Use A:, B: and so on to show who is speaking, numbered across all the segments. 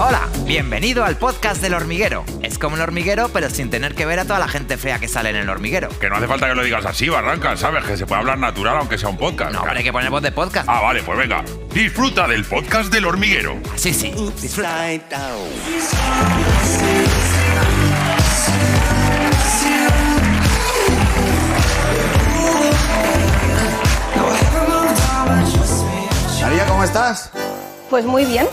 A: Hola, bienvenido al podcast del hormiguero. Es como el hormiguero, pero sin tener que ver a toda la gente fea que sale en el hormiguero.
B: Que no hace falta que lo digas así, Barranca, ¿sabes? Que se puede hablar natural aunque sea un podcast.
A: No, hombre, hay que poner voz de podcast.
B: Ah, vale, pues venga. Disfruta del podcast del hormiguero.
A: Sí, sí. Disfruta.
C: María, ¿cómo estás?
D: Pues muy bien,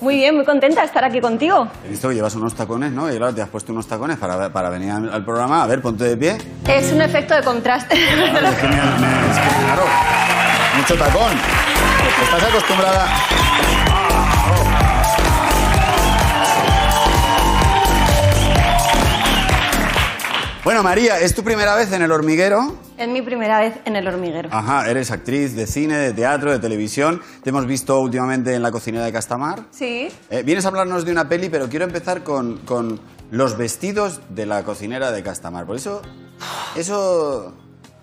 D: muy bien, muy contenta de estar aquí contigo.
C: He visto que llevas unos tacones, ¿no? Y claro, te has puesto unos tacones para, para venir al, al programa. A ver, ponte de pie.
D: Es un efecto de contraste.
C: Es que me- me- es que, claro, mucho tacón. Estás acostumbrada... Bueno, María, es tu primera vez en El Hormiguero.
D: es mi primera vez en el hormiguero.
C: Ajá, eres actriz de cine, de teatro, de televisión. Te hemos visto últimamente en La cocinera de Castamar.
D: Sí.
C: Eh, vienes a hablarnos de una peli, pero quiero empezar con, con los vestidos de la cocinera de Castamar. Por eso, eso,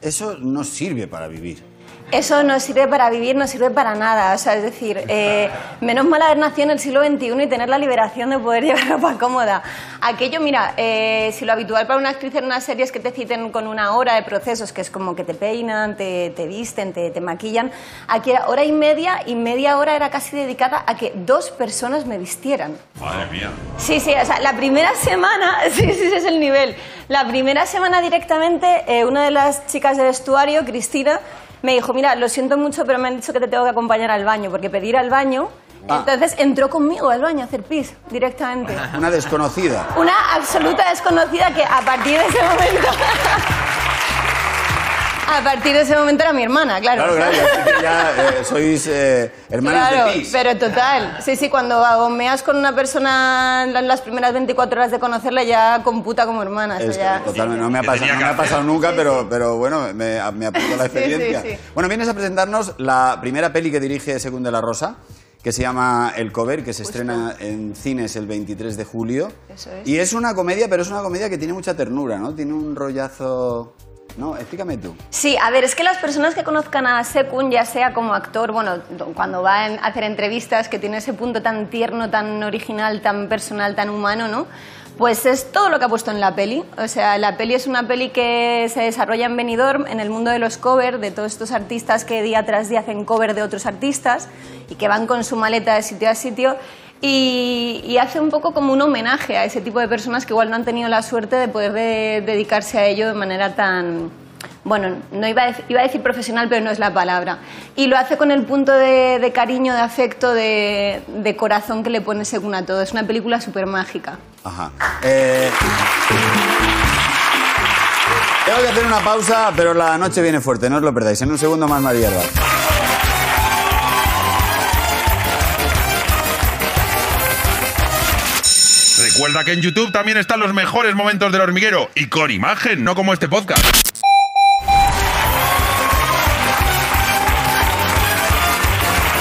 C: eso no sirve para vivir.
D: Eso no sirve para vivir, no sirve para nada. O sea, es decir, eh, menos mal haber nacido en el siglo XXI y tener la liberación de poder llevar ropa cómoda. Aquello, mira, eh, si lo habitual para una actriz en una serie es que te citen con una hora de procesos, que es como que te peinan, te, te visten, te, te maquillan, aquí era hora y media y media hora era casi dedicada a que dos personas me vistieran.
B: Madre mía.
D: Sí, sí, o sea, la primera semana, sí, sí, ese es el nivel. La primera semana directamente, eh, una de las chicas del vestuario, Cristina, me dijo, mira, lo siento mucho, pero me han dicho que te tengo que acompañar al baño, porque pedir al baño...
C: Ah.
D: Entonces entró conmigo al baño a hacer pis directamente.
C: Una desconocida.
D: Una absoluta desconocida que a partir de ese momento... a partir de ese momento era mi hermana, claro.
C: Claro, claro, ya, ya, eh, sois eh, hermanas
D: Claro,
C: de pis.
D: pero total. Sí, sí, cuando agomeas con una persona en las primeras 24 horas de conocerla ya computa como hermana. eso
C: Es-
D: ya.
C: totalmente, no me ha
B: Que
C: pasado,
B: tenía
C: no
B: que
C: me ha
B: hacer.
C: pasado nunca, pero, pero bueno, me, me apunto a la
D: Sí, sí,
C: experiencia.
D: sí.
C: Bueno, vienes a presentarnos la primera peli que dirige Según de la Rosa, que se llama El Cover, que se estrena en cines el 23 de julio.
D: Eso es.
C: Y es una comedia, pero es una comedia que tiene mucha ternura, ¿no? Tiene un rollazo... No, explícame tú.
D: Sí, a ver, es que las personas que conozcan a Sekun, ya sea como actor, bueno, cuando va en- a hacer entrevistas, que tiene ese punto tan tierno, tan original, tan personal, tan humano, ¿no? Pues es todo lo que ha puesto en la peli. O sea, la peli es una peli que se desarrolla en Benidorm, en el mundo de los covers, de todos estos artistas que día tras día hacen cover de otros artistas y que van con su maleta de sitio a sitio. Y, y hace un poco como un homenaje a ese tipo de personas que igual no han tenido la suerte de poder de- dedicarse a ello de manera tan, bueno, no iba a, dec- iba a decir profesional, pero no es la palabra. Y lo hace con el punto de, de cariño, de afecto, de, de corazón que le pone según a todo. Es una película súper mágica.
C: Ajá. Eh, Tengo que hacer una pausa, pero la noche viene fuerte, no os lo perdáis. En un segundo más María Herba.
B: Recuerda que en YouTube también están los mejores momentos del hormiguero y con imagen, no como este podcast.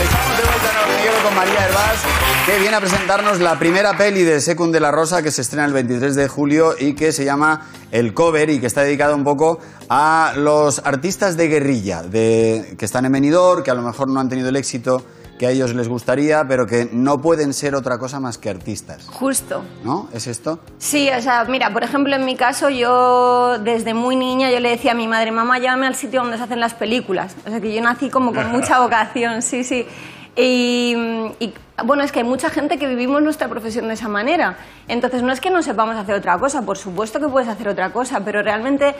C: Estamos de vuelta en el hormiguero con María Herbás, que viene a presentarnos la primera peli de Secund de la Rosa que se estrena el 23 de julio y que se llama El Cover y que está dedicada un poco a los artistas de guerrilla, de, que están en venidor, que a lo mejor no han tenido el éxito que a ellos les gustaría, pero que no pueden ser otra cosa más que artistas.
D: Justo.
C: ¿No? ¿Es esto?
D: Sí, o sea, mira, por ejemplo, en mi caso, yo desde muy niña yo le decía a mi madre, mamá, llévame al sitio donde se hacen las películas. O sea, que yo nací como con mucha vocación, sí, sí. Y, y, bueno, es que hay mucha gente que vivimos nuestra profesión de esa manera. Entonces, no es que no sepamos hacer otra cosa, por supuesto que puedes hacer otra cosa, pero realmente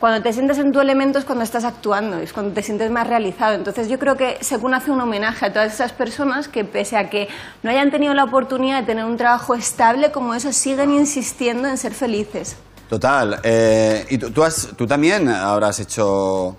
D: cuando te sientes en tu elemento es cuando estás actuando, es cuando te sientes más realizado. Entonces yo creo que Sekun hace un homenaje a todas esas personas que pese a que no hayan tenido la oportunidad de tener un trabajo estable como eso, siguen insistiendo en ser felices.
C: Total. eh, y tú, tú has- tú también habrás hecho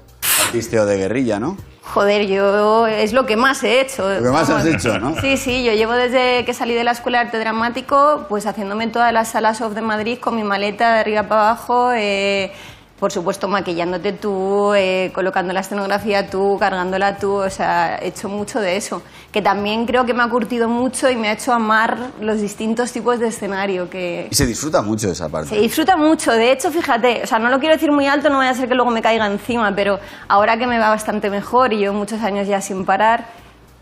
C: artisteo de guerrilla, ¿no?
D: Joder, yo es lo que más he hecho.
C: Lo que más
D: Vamos.
C: has hecho, ¿no?
D: Sí, sí, yo llevo desde que salí de la Escuela de Arte Dramático, pues haciéndome todas las salas off de Madrid con mi maleta de arriba para abajo, eh, por supuesto maquillándote tú, eh, colocando la escenografía tú, cargándola tú, o sea, he hecho mucho de eso, que también creo que me ha curtido mucho y me ha hecho amar los distintos tipos de escenario que...
C: Y se disfruta mucho esa parte.
D: Se disfruta mucho, de hecho, fíjate, o sea, no lo quiero decir muy alto, no vaya a ser que luego me caiga encima, pero ahora que me va bastante mejor y yo muchos años ya sin parar,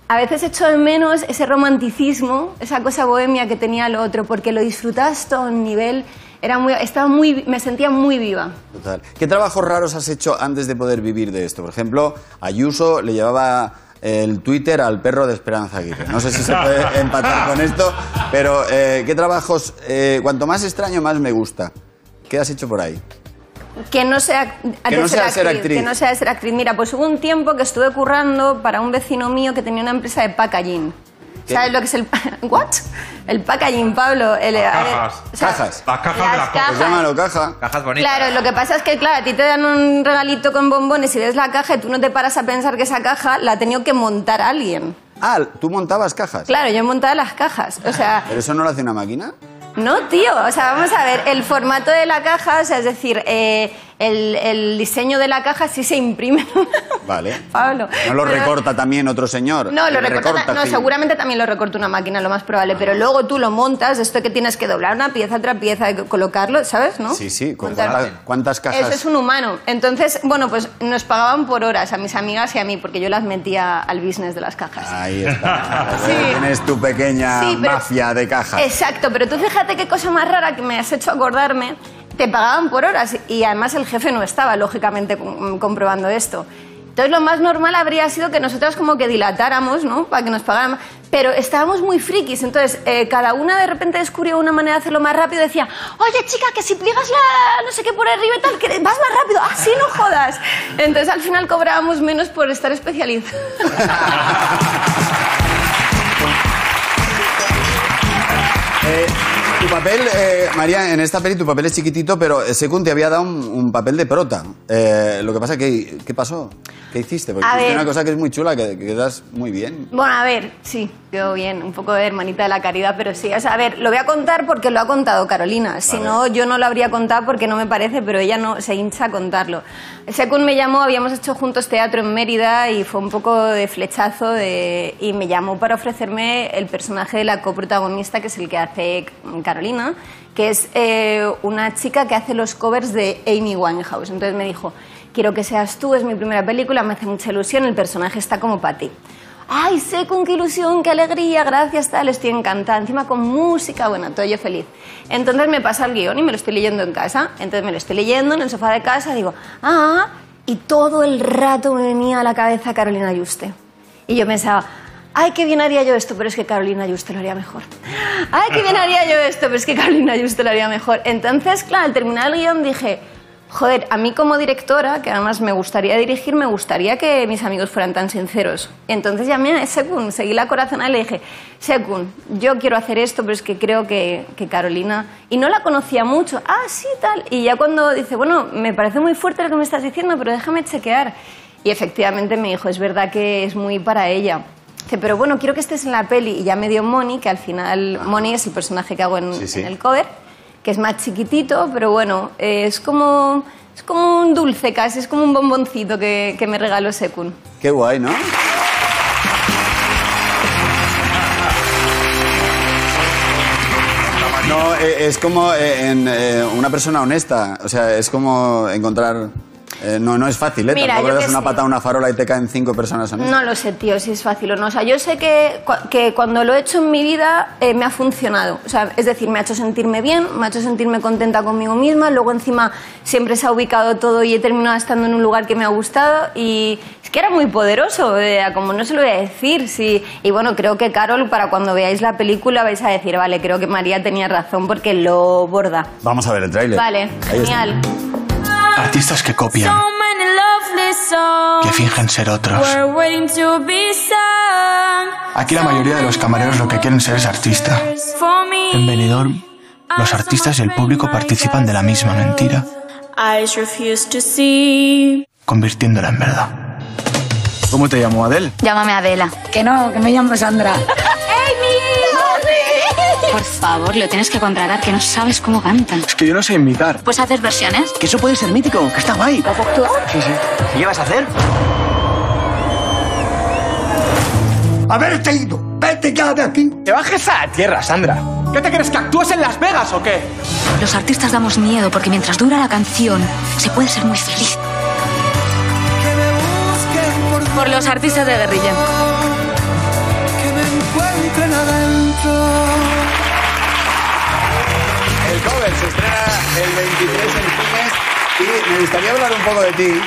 D: A veces echo de menos ese romanticismo, esa cosa bohemia que tenía lo otro, porque lo disfrutaba hasta un nivel. Era muy, estaba muy, me sentía muy viva.
C: Total. ¿Qué trabajos raros has hecho antes de poder vivir de esto? Por ejemplo, Ayuso le llevaba el Twitter al perro de Esperanza Aguirre. No sé si se puede empatar con esto, pero eh, ¿qué trabajos? eh, cuanto más extraño, más me gusta. ¿Qué has hecho por ahí? Pues
D: Que no sea,
C: Que
D: de
C: no sea ser actriz.
D: Que no sea ser actriz. Mira, pues hubo un tiempo que estuve currando para un vecino mío que tenía una empresa de packaging.
C: ¿Qué?
D: ¿Sabes lo que es el pa- what? El packaging, Pablo. El, a ver,
B: cajas.
D: o sea,
C: Cajas.
B: Las cajas de las
D: las
B: cosas.
C: Pues llámalo caja.
A: Cajas bonitas.
D: Claro, lo que pasa es que, claro, a ti te dan un regalito con bombones y ves la caja y tú no te paras a pensar que esa caja la ha tenido que montar alguien.
C: Ah, tú montabas cajas.
D: Claro, yo montaba las cajas. O sea,
C: ¿Pero eso no lo hace una máquina?
D: no, tío. O sea, vamos a ver, el formato de la caja, o sea, es decir, eh, el, el diseño de la caja sí se imprime.
C: Vale.
D: Pablo.
C: ¿No lo
D: Pero-
C: recorta también otro señor?
D: No, lo
C: El
D: recorta, no,
C: sí.
D: seguramente también lo recorta una máquina, lo más probable, pero luego tú lo montas, esto que tienes que doblar una pieza, otra pieza, y colocarlo, ¿sabes? ¿no?
C: Sí, sí. ¿con
D: Montar-
C: cuánta- ¿Cuántas cajas?
D: Eso es un humano. Entonces, bueno, pues nos pagaban por horas a mis amigas y a mí, porque yo las metía al business de las cajas.
C: Ahí está.
D: Sí.
C: Tienes tu pequeña
D: Sí, pero-
C: mafia de cajas.
D: Exacto, pero tú fíjate qué cosa más rara que me has hecho acordarme. Te pagaban por horas y además el jefe no estaba, lógicamente, com- comprobando esto. Entonces lo más normal habría sido que nosotras como que dilatáramos, ¿no? Para que nos pagaran. más. Pero estábamos muy frikis, entonces eh, cada una de repente descubrió una manera de hacerlo más rápido y decía, oye chica, que si pliegas la no sé qué por arriba y tal, que vas más rápido, así no jodas. Entonces al final cobrábamos menos por estar especializados.
C: Eh, tu papel, eh, María, en esta peli tu papel es chiquitito, pero eh, Sekun te había dado un, un papel de prota. Eh, lo que pasa que, ¿qué pasó? ¿Qué hiciste? Porque
D: A
C: hiciste
D: ver.
C: una cosa que es muy chula, que, que das muy bien.
D: Bueno, a ver, sí, quedó bien, un poco de hermanita de la caridad, pero sí, o sea, a ver, lo voy a contar porque lo ha contado Carolina, si no yo no lo habría contado porque no me parece, pero ella no se hincha a contarlo. Sekun me llamó, habíamos hecho juntos teatro en Mérida y fue un poco de flechazo de- y me llamó para ofrecerme el personaje de la coprotagonista, que es el que hace Carolina, que es eh, una chica que hace los covers de Amy Winehouse. Entonces me dijo, quiero que seas tú, es mi primera película, me hace mucha ilusión, el personaje está como para ti. ¡Ay, sé con qué ilusión, qué alegría! Gracias, tal, estoy encantada. Encima con música, bueno, todo yo feliz. Entonces me pasa el guión y me lo estoy leyendo en casa. Entonces me lo estoy leyendo en el sofá de casa, digo, ¡ah! Y todo el rato me venía a la cabeza Carolina Yuste. Y yo pensaba, ¡ay, qué bien haría yo esto! Pero es que Carolina Yuste lo haría mejor. ¡Ay, qué bien haría yo esto! Pero es que Carolina Yuste lo haría mejor. Entonces, claro, al terminar el guión dije, Joder, a mí como directora, que además me gustaría dirigir, me gustaría que mis amigos fueran tan sinceros. Entonces llamé a Sekun, seguí la corazonada y le dije, Sekun, yo quiero hacer esto, pero es que creo que, que Carolina... Y no la conocía mucho. Ah, sí, tal. Y ya cuando dice, bueno, me parece muy fuerte lo que me estás diciendo, pero déjame chequear. Y efectivamente me dijo, es verdad que es muy para ella. Dice, pero bueno, quiero que estés en la peli. Y ya me dio Moni, que al final Moni es el personaje que hago en,
C: Sí, sí.
D: en el cover que es más chiquitito, pero bueno, eh, es como es como un dulce casi, es como un bomboncito que, que me regaló Sekun.
C: Qué guay, ¿no? No, eh, es como eh, en, eh, una persona honesta. O sea, es como encontrar. eh, no, no es fácil, ¿eh?
D: Mira, yo
C: Tampoco le das
D: que
C: una
D: sé.
C: pata a una farola y te caen cinco personas honestas.
D: No lo sé, tío, si es fácil o no. O sea, yo sé que, cua- que cuando lo he hecho en mi vida eh, me ha funcionado. O sea, es decir, me ha hecho sentirme bien, me ha hecho sentirme contenta conmigo misma. Luego, encima, siempre se ha ubicado todo y he terminado estando en un lugar que me ha gustado. Y es que era muy poderoso, eh, como no se lo voy a decir. Sí. Y bueno, creo que, Carol, para cuando veáis la película vais a decir, vale, creo que María tenía razón porque lo borda.
C: Vamos a ver el tráiler.
D: Vale,
C: Ahí está.
D: genial.
E: Artistas que copian,
F: So many lovely
E: que
F: songs
E: fingen ser otros.
F: were waiting to be sung.
E: Aquí la mayoría de los camareros lo que quieren ser es artista.
F: For me,
E: En Benidorm, los artistas y el público participan de la misma mentira,
F: I refuse to see.
E: convirtiéndola en verdad. ¿Cómo te llamó Adel?
G: Llámame Adela.
H: Que no, que me llamo Sandra.
G: Por favor, lo tienes que contratar, que no sabes cómo cantan.
E: Es que yo no sé imitar.
G: Pues haces versiones.
E: Que eso puede ser mítico, que está guay. Sí, sí. ¿Y qué vas a hacer?
I: Haberte ido. Vete ya de aquí.
E: Te bajes a tierra, Sandra. ¿Qué te crees que actúas en Las Vegas o qué?
G: Los artistas damos miedo porque mientras dura la canción se puede ser muy feliz.
F: Por los artistas de guerrilla.
I: estrena dentro.
C: El cover se estrena el 23 en cines y me gustaría hablar un poco de ti,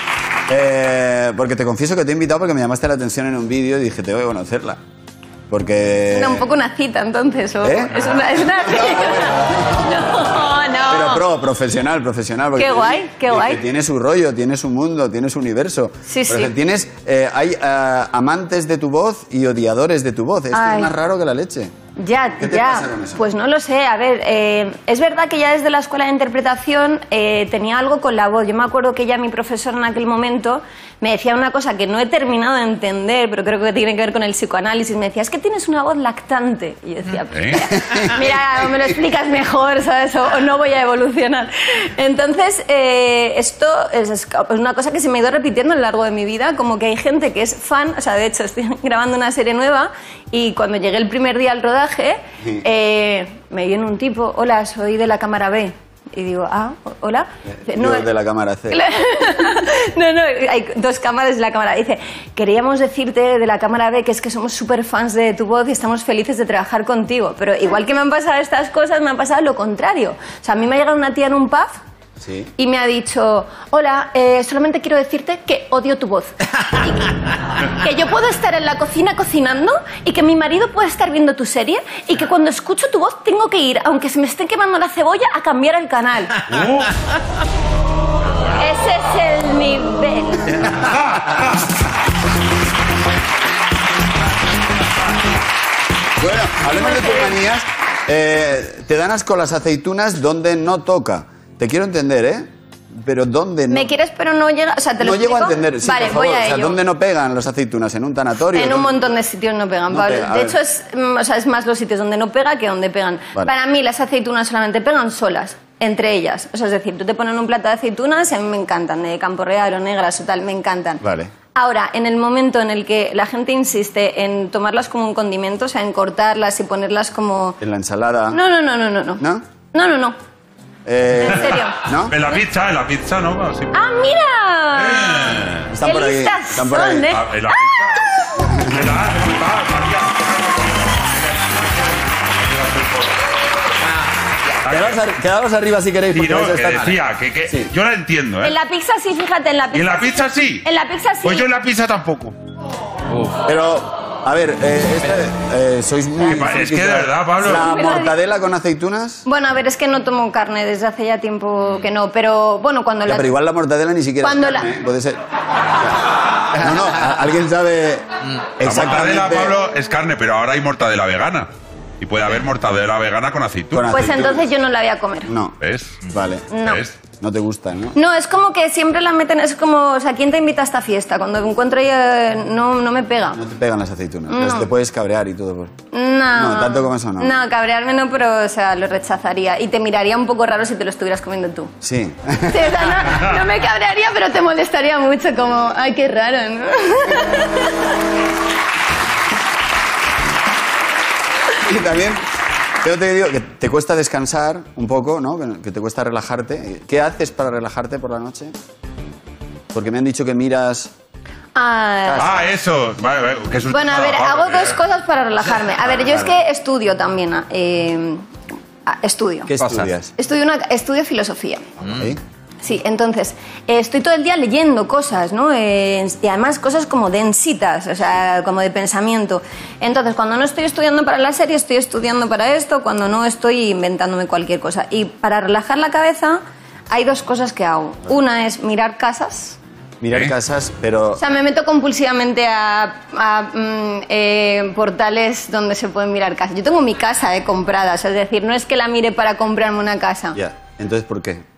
C: eh, porque te confieso que te he invitado porque me llamaste la atención en un vídeo y dije, te voy a conocerla. Porque...
D: Era un poco una cita entonces. o-
C: ¿Eh?
D: Es una, es una No, no.
C: Pero pro, profesional, profesional. porque
D: Qué guay, qué
C: es que
D: guay.
C: Tiene su rollo, tiene su mundo, tiene su universo.
D: Sí,
C: Por
D: sí.
C: ejemplo, tienes, eh, hay eh, amantes de tu voz y odiadores de tu voz. Esto es
D: Ay.
C: más raro que la leche.
D: Ya,
C: ¿Qué te
D: ya.
C: pasa con eso?
D: Pues no lo sé. A ver, eh, es verdad que ya desde la escuela de interpretación eh, tenía algo con la voz. Yo me acuerdo que ya mi profesor en aquel momento me decía una cosa que no he terminado de entender, pero creo que tiene que ver con el psicoanálisis. Me decía, es que tienes una voz lactante. Y yo decía, pues,
B: ¿Eh?
D: mira, mira, me lo explicas mejor, ¿sabes? O, o no voy a evolucionar. Entonces, eh, esto es, es una cosa que se me ha ido repitiendo a lo largo de mi vida, como que hay gente que es fan, o sea, de hecho, estoy grabando una serie nueva y cuando llegué el primer día al rodaje, eh, me viene un tipo, hola, soy de la cámara B. Y digo, ah, hola. Dice,
C: Yo de la cámara C.
D: no, no, hay dos cámaras en la cámara. Dice, queríamos decirte de la cámara B que es que somos súper fans de tu voz y estamos felices de trabajar contigo. Pero igual que me han pasado estas cosas, me han pasado lo contrario. O sea, a mí me ha llegado una tía en un pub
C: Sí.
D: y me ha dicho, hola, eh, solamente quiero decirte que odio tu voz. Y que yo puedo estar en la cocina cocinando y que mi marido puede estar viendo tu serie y que cuando escucho tu voz tengo que ir, aunque se me esté quemando la cebolla, a cambiar el canal. Ese es el nivel.
C: Bueno, hablemos de tus manías. Eh, te dan asco las aceitunas donde no toca. Te quiero entender, ¿eh? Pero ¿dónde no?
D: Me quieres, pero no llega. O sea, te lo
C: no llego a
D: explico?
C: entender. Sí,
D: vale,
C: por favor.
D: voy a
C: o sea,
D: ello.
C: ¿dónde no pegan las aceitunas? ¿En un tanatorio?
D: En un
C: ¿Dónde?
D: montón de sitios no pegan,
C: No
D: Pablo.
C: pega, a
D: de
C: ver.
D: hecho, es, mm, o sea, es más los sitios donde no pega que donde pegan.
C: Vale.
D: Para mí, las aceitunas solamente pegan solas, entre ellas. O sea, es decir, tú te ponen un plato de aceitunas y a mí me encantan, de campo real o negras o tal, me encantan.
C: Vale.
D: Ahora, en el momento en el que la gente insiste en tomarlas como un condimento, o sea, en cortarlas y ponerlas como...
C: En la ensalada.
D: No, no, no, no, no. No,
C: Ah.
D: no,
C: ¿No?
D: no. no.
C: Eh,
D: ¿En serio?
C: ¿No?
B: En la pizza, en la pizza, ¿no? Así.
D: ¡Ah, mira!
B: Eh.
C: Están
D: ¡Qué
C: por ahí,
D: listas
C: están por
D: son,
C: ahí.
D: eh!
B: Ah, En la pizza. En la- en la-
C: Quedaos, ar- quedaos arriba si queréis.
B: Sí,
C: porque
B: no,
C: vais a
B: que
C: estar-
B: Pues decía que, que-
C: Sí.
B: yo la entiendo, ¿eh?
D: En la pizza sí, fíjate, en la pizza.
B: ¿Y en la pizza sí?
D: En la pizza sí.
B: Pues yo en la pizza tampoco.
C: Pero, a ver, eh, este, eh, sois muy...
B: Que pa- es que de
C: frikis,
B: verdad, Pablo.
C: ¿La mortadela con aceitunas?
D: Bueno, a ver, es que no tomo carne desde hace ya tiempo que no, pero bueno, cuando
C: Mm. Ya,
D: la.
C: pero igual la mortadela ni siquiera... es
D: Cuando la-
C: carne, ¿eh? Puede ser... No, no, a- alguien sabe exactamente...
B: Mm. La mortadela, Pablo, es carne, pero ahora hay mortadela vegana. Y puede haber mortadela vegana con aceituna.
C: Con
D: Pues
C: aceitunas.
D: entonces yo no la voy a comer.
C: No,
B: ¿Ves?
C: vale.
D: No.
B: ¿Ves?
C: No te gustan, ¿no?
D: No, es como que siempre la meten, es como, o sea, ¿quién te invita a esta fiesta? Cuando me encuentro ella, eh, no, no me pega.
C: No te pegan las aceitunas. Pues te puedes cabrear y todo. por-
D: No.
C: No, tanto como eso no.
D: No, cabrearme no, pero, o sea, lo rechazaría. Y te miraría un poco raro si te lo estuvieras comiendo tú.
C: Sí.
D: Sí, o sea, no, no me cabrearía, pero te molestaría mucho, como, ay, qué raro, ¿no?
C: Y también, yo te digo que te cuesta descansar un poco, ¿no? Que- Que te cuesta relajarte. ¿Qué haces para relajarte por la noche? Porque me han dicho que miras...
D: Ah,
B: Ah, eso. Vale, vale, que es un eh.
D: Bueno, a ver,
B: Pablo,
D: hago
B: que-
D: dos cosas para relajarme. A ver, yo es que estudio también. ah, eh, ah, estudio.
C: ¿Qué
A: Cosas.
C: estudias?
D: Estudio, una, estudio filosofía.
C: ¿Eh?
D: Sí, entonces, eh, estoy todo el día leyendo cosas, ¿no? Eh, y además cosas como densitas, o sea, como de pensamiento. Entonces, cuando no estoy estudiando para la serie, estoy estudiando para esto, cuando no estoy inventándome cualquier cosa. Y para relajar la cabeza, hay dos cosas que hago. Una es mirar casas.
C: Mirar
B: ¿Eh?
C: casas, pero...
D: O sea, me meto compulsivamente a, a, mm, eh, portales donde se pueden mirar casas. Yo tengo mi casa eh, comprada, o sea, es decir, no es que la mire para comprarme una casa,
C: Ya, entonces ¿por qué?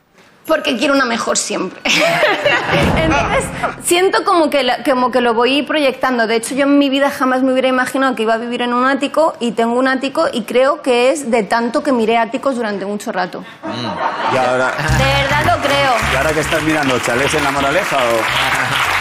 D: porque quiero una mejor siempre. Entonces, siento como que, la- como que lo voy proyectando. De hecho, yo en mi vida jamás me hubiera imaginado que iba a vivir en un ático y tengo un ático y creo que es de tanto que miré áticos durante mucho rato.
C: Y ahora,
D: De verdad lo creo.
C: y ahora que estás mirando chalés en la moraleja o...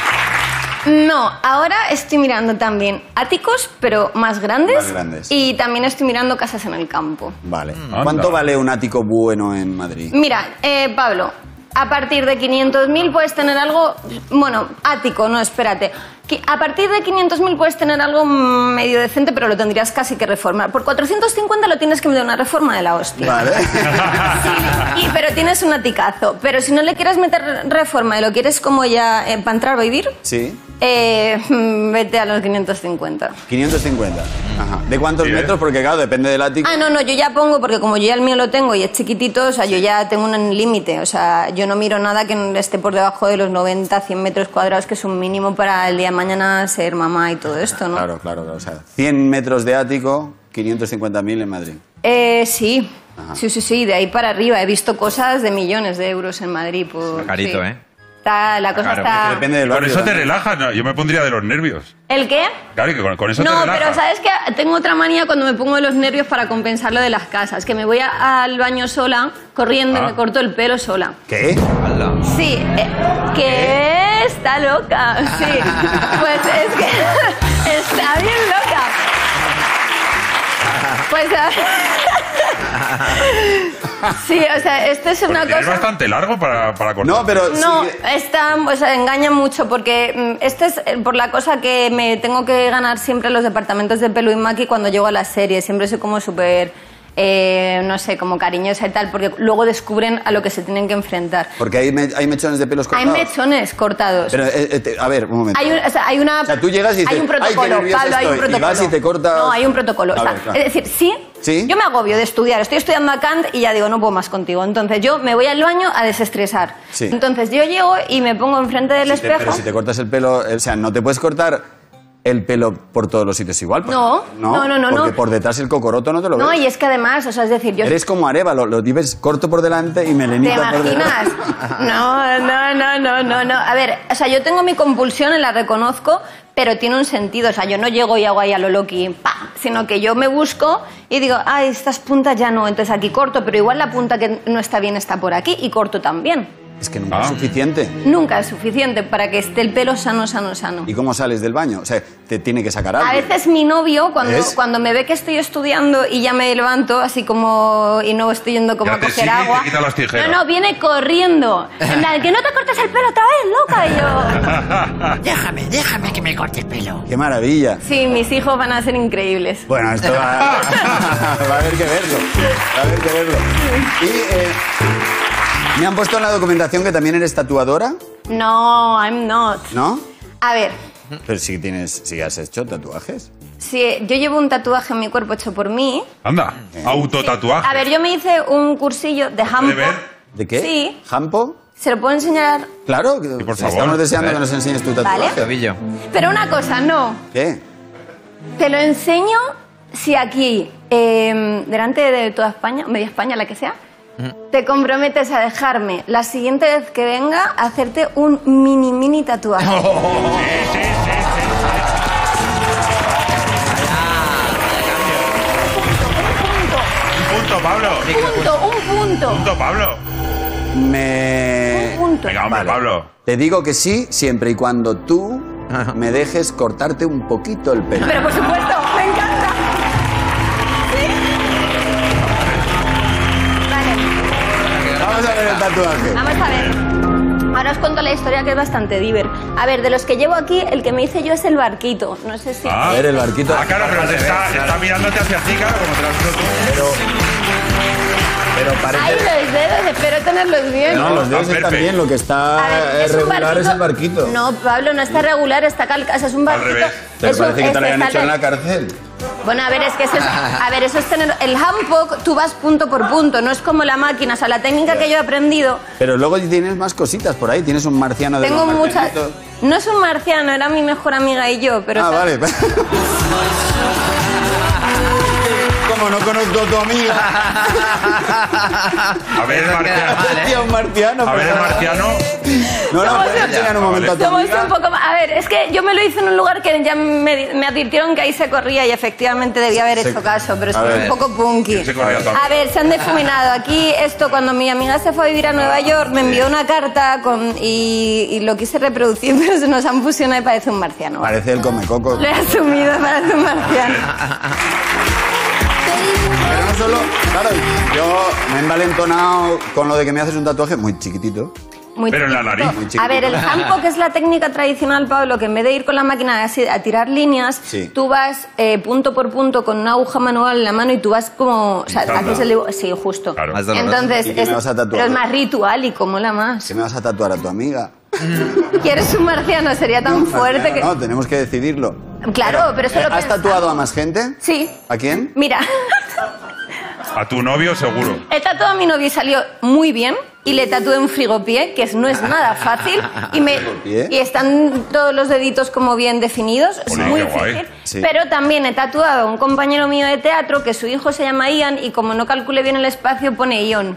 D: No, ahora estoy mirando también áticos, pero más grandes.
C: Más grandes.
D: Y también estoy mirando casas en el campo.
C: Vale. ¿Cuánto vale un ático bueno en Madrid?
D: Mira, eh, Pablo, A partir de 500.000 puedes tener algo, bueno, ático, no, espérate. Qui- A partir de 500.000 puedes tener algo medio decente, pero lo tendrías casi que reformar. Por 450 lo tienes que meter una reforma de la hostia.
C: Vale.
D: Y, pero tienes un aticazo. Pero si no le quieres meter reforma y lo quieres como ya eh, para entrar a vivir,
C: Sí.
D: eh, mm, vete a los 550.
C: 550. Ajá. ¿De cuántos
B: Sí, ¿eh?
C: metros? Porque claro, depende del ático.
D: Ah, no, no, yo ya pongo, porque como yo ya el mío lo tengo y es chiquitito, o sea, yo ya tengo un límite. O sea, yo no miro nada que no esté por debajo de los 90, 100 metros cuadrados, que es un mínimo para el día de mañana ser mamá y todo esto, ¿no?
C: Claro, claro, claro. O sea, 100 metros de ático, 550.000 en Madrid.
D: Eh, sí.
C: Ajá.
D: Sí, sí, sí, de ahí para arriba. He visto cosas de millones de euros en Madrid. Por,
A: Está carito,
D: sí.
A: ¿eh?
D: Está, la cosa
B: Claro,
D: está...
C: Depende del
B: Con
C: barrio.
B: eso te
C: también.
B: relajas, ¿no? yo me pondría de los nervios.
D: ¿El qué?
B: Claro, que con, con eso te
D: No,
B: relajas.
D: pero sabes que tengo otra manía cuando me pongo de los nervios para compensar lo de las casas, que me voy a- al baño sola, corriendo, y
B: Ah.
D: me corto el pelo sola.
C: ¿Qué?
A: Hala.
D: Sí, eh, que está loca. Sí, pues es que está bien loca. Pues a- sí, o sea, esto es
B: Porque
D: una
B: Es
D: cosa.
B: bastante largo para, para cortar.
C: No, pero.
D: No,
C: sí-
D: está, o sea, engaña mucho porque mm, este es eh, por la cosa que me tengo que ganar siempre los departamentos de pelo y maqui cuando llego a la serie. Siempre soy como súper, eh, no sé, como cariñosa y tal, porque luego descubren a lo que se tienen que enfrentar.
C: Porque hay, me- hay mechones de pelos
D: Hay
C: cortados.
D: mechones cortados.
C: Pero, eh, eh, te- a ver, un momento.
D: Hay, un- o sea, hay una.
C: O sea, tú llegas y dices,
D: hay un
C: "Ay, qué
D: protocolo,
C: nerviosa
D: Pablo, hay un
C: estoy", y
D: protocolo.
C: vas y te cortas-
D: No, hay un protocolo.
C: A
D: O sea,
C: ver, claro.
D: Es decir, sí,
C: ¿Sí?
D: Yo me agobio de estudiar. Estoy estudiando a Kant y ya digo, no puedo más contigo. Entonces yo me voy al baño a desestresar.
C: Sí.
D: Entonces yo llego y me pongo enfrente del
C: Si te- pero
D: espejo.
C: si te cortas el pelo, eh, o sea, no te puedes cortar el pelo por todos los sitios igual. por
D: No,
C: ejemplo,
D: no, no, no,
C: Porque
D: no.
C: por detrás el cocoroto no te lo
D: No,
C: ves.
D: y es que además, o sea, es decir, yo.
C: Eres como Arevalo, lo tienes corto por delante y
D: ¿Te
C: melenita por
D: imaginas?
C: detrás.
D: No, no, no, no, no, no. A ver, o sea, yo tengo mi compulsión, la reconozco, pero tiene un sentido. O sea, yo no llego y hago ahí a lo Loki, ¡pa! sino que yo me busco y digo, ay, estas puntas ya no, entonces aquí corto, pero igual la punta que no está bien está por aquí y corto también.
C: Es que nunca
B: Ah.
C: es suficiente.
D: Nunca es suficiente para que esté el pelo sano, sano, sano.
C: ¿Y cómo sales del baño? O sea, te tiene que sacar algo.
D: A veces mi novio, cuando,
C: ¿Ves?
D: cuando me ve que estoy estudiando y ya me levanto, así como, y no estoy yendo como
B: Ya
D: a
B: te
D: coger
B: sigue y te
D: agua.
B: quita las tijeras.
D: No, no, viene corriendo. En plan, que no te cortes el pelo otra vez, loca.
H: Déjame, déjame que me corte el pelo.
C: ¡Qué maravilla!
D: Y yo. Sí, mis hijos van a ser increíbles.
C: Bueno, esto va, va a haber que verlo. Va a haber que verlo. Y eh, me han puesto en la documentación que también eres tatuadora,
D: No, I'm not.
C: ¿no?
D: A ver,
C: Pero sí tienes, sí has hecho tatuajes.
D: si yo llevo un tatuaje en mi cuerpo hecho por mí.
B: Anda, autotatuaje.
D: A ver, yo me hice un cursillo de
B: puede
D: hampo.
B: ver?
C: ¿De qué?
D: Sí.
C: ¿Hampo?
D: ¿Se lo puedo enseñar?
C: Claro,
B: por
C: estamos
B: favor.
C: deseando
B: Eh.
C: que nos enseñes tu
D: Vale.
C: tatuaje.
A: Tobillo.
D: Pero una cosa, no.
C: ¿Qué?
D: Te lo enseño si aquí, eh, delante de toda España, media España, la que sea, te comprometes a dejarme la siguiente vez que venga hacerte un mini, mini tatuaje.
B: Un punto, Pablo.
D: Un punto, un punto.
B: Un punto, Pablo.
C: Me...
D: Un punto.
B: Venga, hombre,
C: Vale.
B: Pablo.
C: Te digo que sí, siempre y cuando tú me dejes cortarte un poquito el pelo.
D: Pero por supuesto, me encanta. ¿Sí? Vale,
C: Vamos a ver el tatuaje.
D: vamos a ver. Ahora os cuento la historia que es bastante diver. A ver, de los que llevo aquí, el que me hice yo es el barquito. No sé si...
B: Ah.
C: A ver el barquito.
B: Ah, claro, pero te está, está mirándote hacia ti, claro, como te lo has hecho tú.
C: Pero, pero
D: Ay,
C: parece...
D: los dedos, ¿eh? espero tenerlos bien.
C: No, los
B: Está
C: dedos están
B: perfecto.
C: bien, lo que
D: A
C: está
D: ver,
C: eh, regular es el barquito.
D: No, Pablo, no está regular, está calca, o sea, es un barquito.
B: revés.
C: ¿Te
D: es un-
C: parece que te
D: es-
C: lo habían
D: está
C: hecho en la
D: cal-
C: cárcel?
D: Bueno, a ver, es que eso es, a ver, eso es tener el handpoke, tú vas punto por punto, no es como la máquina, o sea, la técnica que yo he aprendido,
C: Pero luego tienes más cositas por ahí, tienes un marciano de
D: tengo
C: los
D: muchas.
C: marcianitos.
D: No es un marciano, era mi mejor amiga y yo, pero
C: Ah,
D: o sea,
C: vale. Como no conozco a tu amiga,
B: A ver, el marciano.
C: hostia, un marciano.
B: A ver, el
C: pero-
B: marciano.
C: No, no,
D: Somos
C: puedes
D: un-
C: enseñar un momento a tu
D: somos
C: amiga.
D: un poco más- A ver, es que yo me lo hice en un lugar que ya me, me advirtieron que ahí se corría y efectivamente debía haber
C: Se-
D: hecho caso, pero soy
C: ver.
D: un poco punky.
B: Se corría todo.
D: A ver, se han difuminado. Aquí esto, cuando mi amiga se fue a vivir a Nueva York, me envió una carta con, y, y lo quise reproducir, pero se nos han fusionado y parece un marciano.
C: Parece el comecoco.
D: Lo he asumido, parece un marciano.
C: Pero no solo, claro, Yo me he envalentonado con lo de que me haces un tatuaje muy chiquitito.
D: Muy
B: Pero en la
D: chiquitito.
B: nariz.
C: Muy
D: A ver, el
C: chiquitito.
D: zampo, que es la técnica tradicional, Pablo, que en vez de ir con la máquina así a tirar líneas,
C: Sí.
D: tú vas eh, punto por punto con una aguja manual en la mano y tú vas como... O sea,
B: Pintando.
D: haces el dibujo- Sí, justo.
B: Claro.
A: Más doloroso.
D: Entonces,
C: ¿Y qué me vas a tatuar?
D: pero es más ritual y como la más.
C: ¿Se me vas a tatuar a tu amiga?
D: ¿Quieres un marciano? Sería tan fuerte
C: Marciano,
D: que...
C: No, tenemos que decidirlo. ¿Eh?
D: Claro, pero eso lo
C: ¿Has
D: pensamos.
C: tatuado a más gente?
D: Sí.
C: ¿A quién?
D: Mira,
B: A tu novio seguro.
D: he tatuado a mi novio y salió muy bien. Y le tatué un frigopié, que es- no es nada fácil. Y, me,
C: ¿Frigopié?
D: y están todos los deditos como bien definidos. Es
B: Ole,
D: muy
B: qué guay.
D: difícil.
C: Sí.
D: Pero también he tatuado a un compañero mío de teatro que su hijo se llama Ian y como no calculé bien el espacio pone Ion.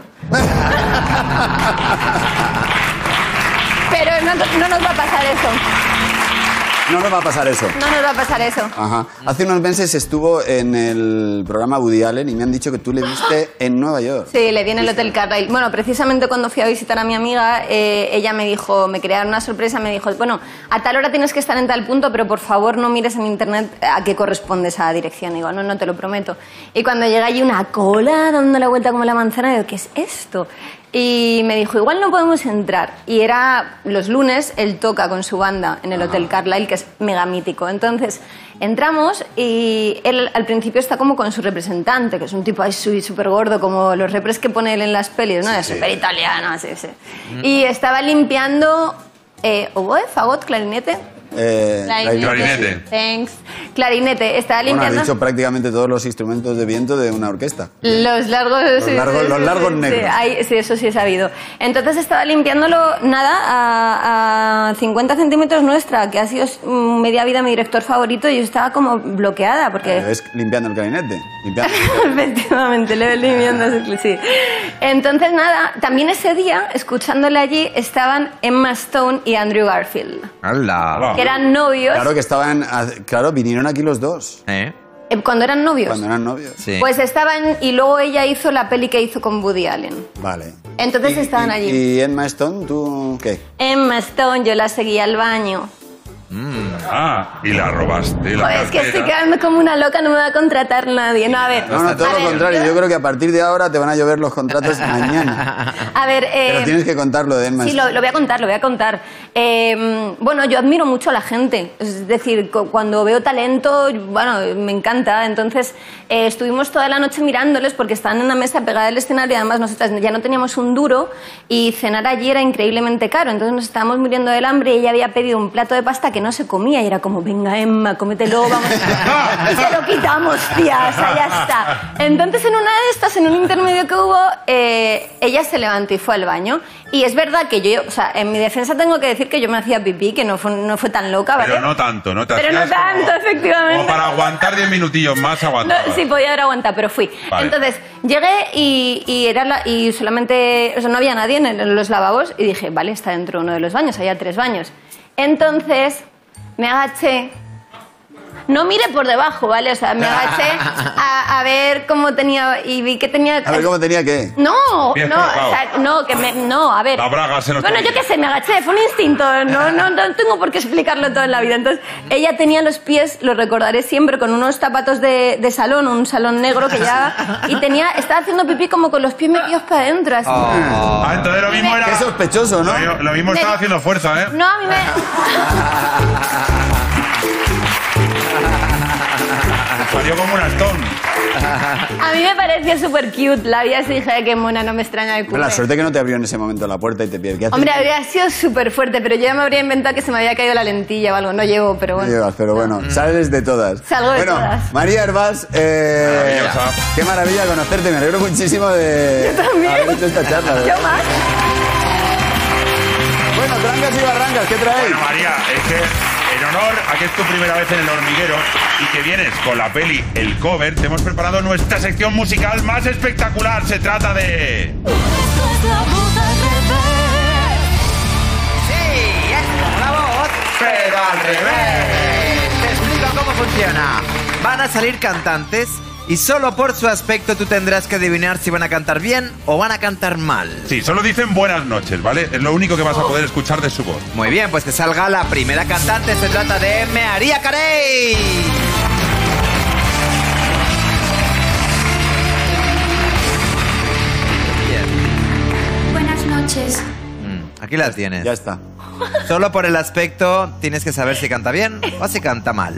D: Pero no, no nos va a pasar eso.
C: No nos va a pasar eso.
D: No nos va a pasar eso.
C: Ajá. Hace unos meses estuvo en el programa Woody Allen y me han dicho que tú le viste en Nueva York.
D: Sí, le vi en el Hotel Carlyle. Bueno, precisamente cuando fui a visitar a mi amiga, eh, ella me dijo, me crearon una sorpresa, me dijo, bueno, a tal hora tienes que estar en tal punto, pero por favor no mires en internet a qué corresponde esa dirección. Y digo, no, no te lo prometo. Y cuando llega allí una cola dando la vuelta como la manzana, digo, ¿qué es esto? Y me dijo, igual no podemos entrar. Y era los lunes, él toca con su banda en el Hotel Carlyle, que es mega mítico. Entonces, entramos y él al principio está como con su representante, que es un tipo ahí súper gordo, como los repres que pone él en las pelis, ¿no? es súper italiano, así, sí. Y estaba limpiando eh, oboe, fagot, clarinete.
C: Eh,
B: Clarinete.
D: Thanks. Clarinete. Estaba
C: Bueno, has
D: limpiando
C: dicho prácticamente todos los instrumentos de viento de una orquesta.
D: Los largos, sí,
C: largos-
D: sí,
C: los
D: sí,
C: largos
D: sí,
C: negros.
D: Sí, ahí- sí, eso sí he sabido. Entonces estaba limpiándolo, nada, a, a 50 centímetros nuestra, que ha sido mm, media vida mi director favorito, y yo estaba como bloqueada, porque...
C: ¿Ves? Limpiando el clarinete. Limpiando.
D: Efectivamente, le ven viendo ese- sí. Entonces, nada, también ese día, escuchándole allí, estaban Emma Stone y Andrew Garfield,
A: ¡Hala!
B: Hola.
D: que eran novios.
C: Ah. Claro que estaban. a- Claro, vinieron aquí los dos.
A: ¿Eh?
D: eh, Cuando eran novios.
C: Cuando eran novios.
A: Sí.
D: Pues estaban, y luego ella hizo la peli que hizo con Woody Allen.
C: Vale.
D: Entonces estaban
C: ¿Y-
D: allí.
C: ¿Y Emma Stone, tú qué?
D: Emma Stone, yo la seguía al baño.
B: Ah, y la robaste. y la
D: Joder, es que estoy
B: cartera.
D: quedando como una loca, no me va a contratar nadie. No, a ver.
C: No, no, todo
D: a
C: lo
D: ver,
C: contrario. Yo creo que a partir de ahora te van a llover los contratos mañana.
D: A ver, eh,
C: Pero tienes que contar lo de Emma
D: sí,
C: Stone.
D: lo, lo voy a contar, lo voy a contar. Eh, bueno, yo admiro mucho a la gente. Es decir, cu- cuando veo talento, bueno, me encanta. Entonces, eh, estuvimos toda la noche mirándoles porque estaban en una mesa pegada al escenario. Además, nosotras ya no teníamos un duro y cenar allí era increíblemente caro. Entonces, nos estábamos muriendo del hambre y ella había pedido un plato de pasta que no se comía. Y era como, venga, Emma, cómetelo, vamos. y se lo quitamos, tía. O sea, ya está. Entonces, en una de estas, en un intermedio que hubo, eh, ella se levantó y fue al baño. Y es verdad que yo, o sea, en mi defensa tengo que decir que yo me hacía pipí, que no fue, no fue tan loca, ¿vale?
B: Pero no tanto, ¿no? Te
D: Pero no
B: hacías
D: tanto, efectivamente.
B: Como para aguantar 10 minutillos más
D: No,
B: aguantaba.
D: sí, podía haber aguantado, pero fui.
B: Vale.
D: Entonces, llegué y, y era la- y solamente, o sea, no había nadie en, el- en los lavabos y dije, vale, está dentro uno de los baños, había tres baños. Entonces, me agaché. No mire por debajo, ¿vale? O sea, me agaché a, a ver cómo tenía y vi que tenía...
C: A ver cómo tenía que.
D: No,
B: Bien
D: no,
B: colocado.
D: o sea, no, que me, no, a ver.
B: La braga se nos
D: Bueno, yo
B: caía.
D: qué sé, me agaché, fue un instinto, no, no, no tengo por qué explicarlo todo en la vida. Entonces, ella tenía los pies, lo recordaré siempre, con unos zapatos de, de salón, un salón negro que ya... Y tenía, estaba haciendo pipí como con los pies metidos para adentro, así.
B: Ah, entonces lo mismo era.
C: Qué sospechoso, ¿no?
B: Lo, lo mismo estaba haciendo fuerza, ¿eh?
D: No, a mí me...
B: Salió como una stone.
D: A mí me pareció súper cute, la vi así, dije, qué mona, no me extraña el culo.
C: La suerte que no te abrió en ese momento la puerta y te pide. ¿Qué haces?
D: Hombre, habría sido súper fuerte, pero yo ya me habría inventado que se me había caído la lentilla o algo. No llevo, pero
C: No
D: bueno. Mm.
C: llegas, pero bueno, sales de todas.
D: Salgo de
C: bueno,
D: todas.
C: María Herbás, eh,
B: Maravillosa.
C: qué maravilla conocerte. Me alegro muchísimo de
D: Yo también.
C: haber hecho esta charla. de
D: Yo
C: verdad.
D: más.
C: Bueno, trancas y barrancas, ¿qué traéis?
B: Bueno, María, es que en honor a que es tu primera vez en el hormiguero y que vienes con la peli El Cover, te hemos preparado nuestra sección musical más espectacular. Se trata de.
A: Sí, es como la voz, pero al revés. Te explico cómo funciona. Van a salir cantantes y solo por su aspecto tú tendrás que adivinar si van a cantar bien o van a cantar mal.
B: Sí, solo dicen buenas noches, ¿vale? Es lo único que vas a
D: Oh.
B: poder escuchar de su voz.
A: Muy bien, pues que salga la primera cantante. Se trata de María Carey.
E: noches.
A: Mm, Aquí la tienes.
C: Ya está.
A: Solo por el aspecto tienes que saber si canta bien o si canta mal.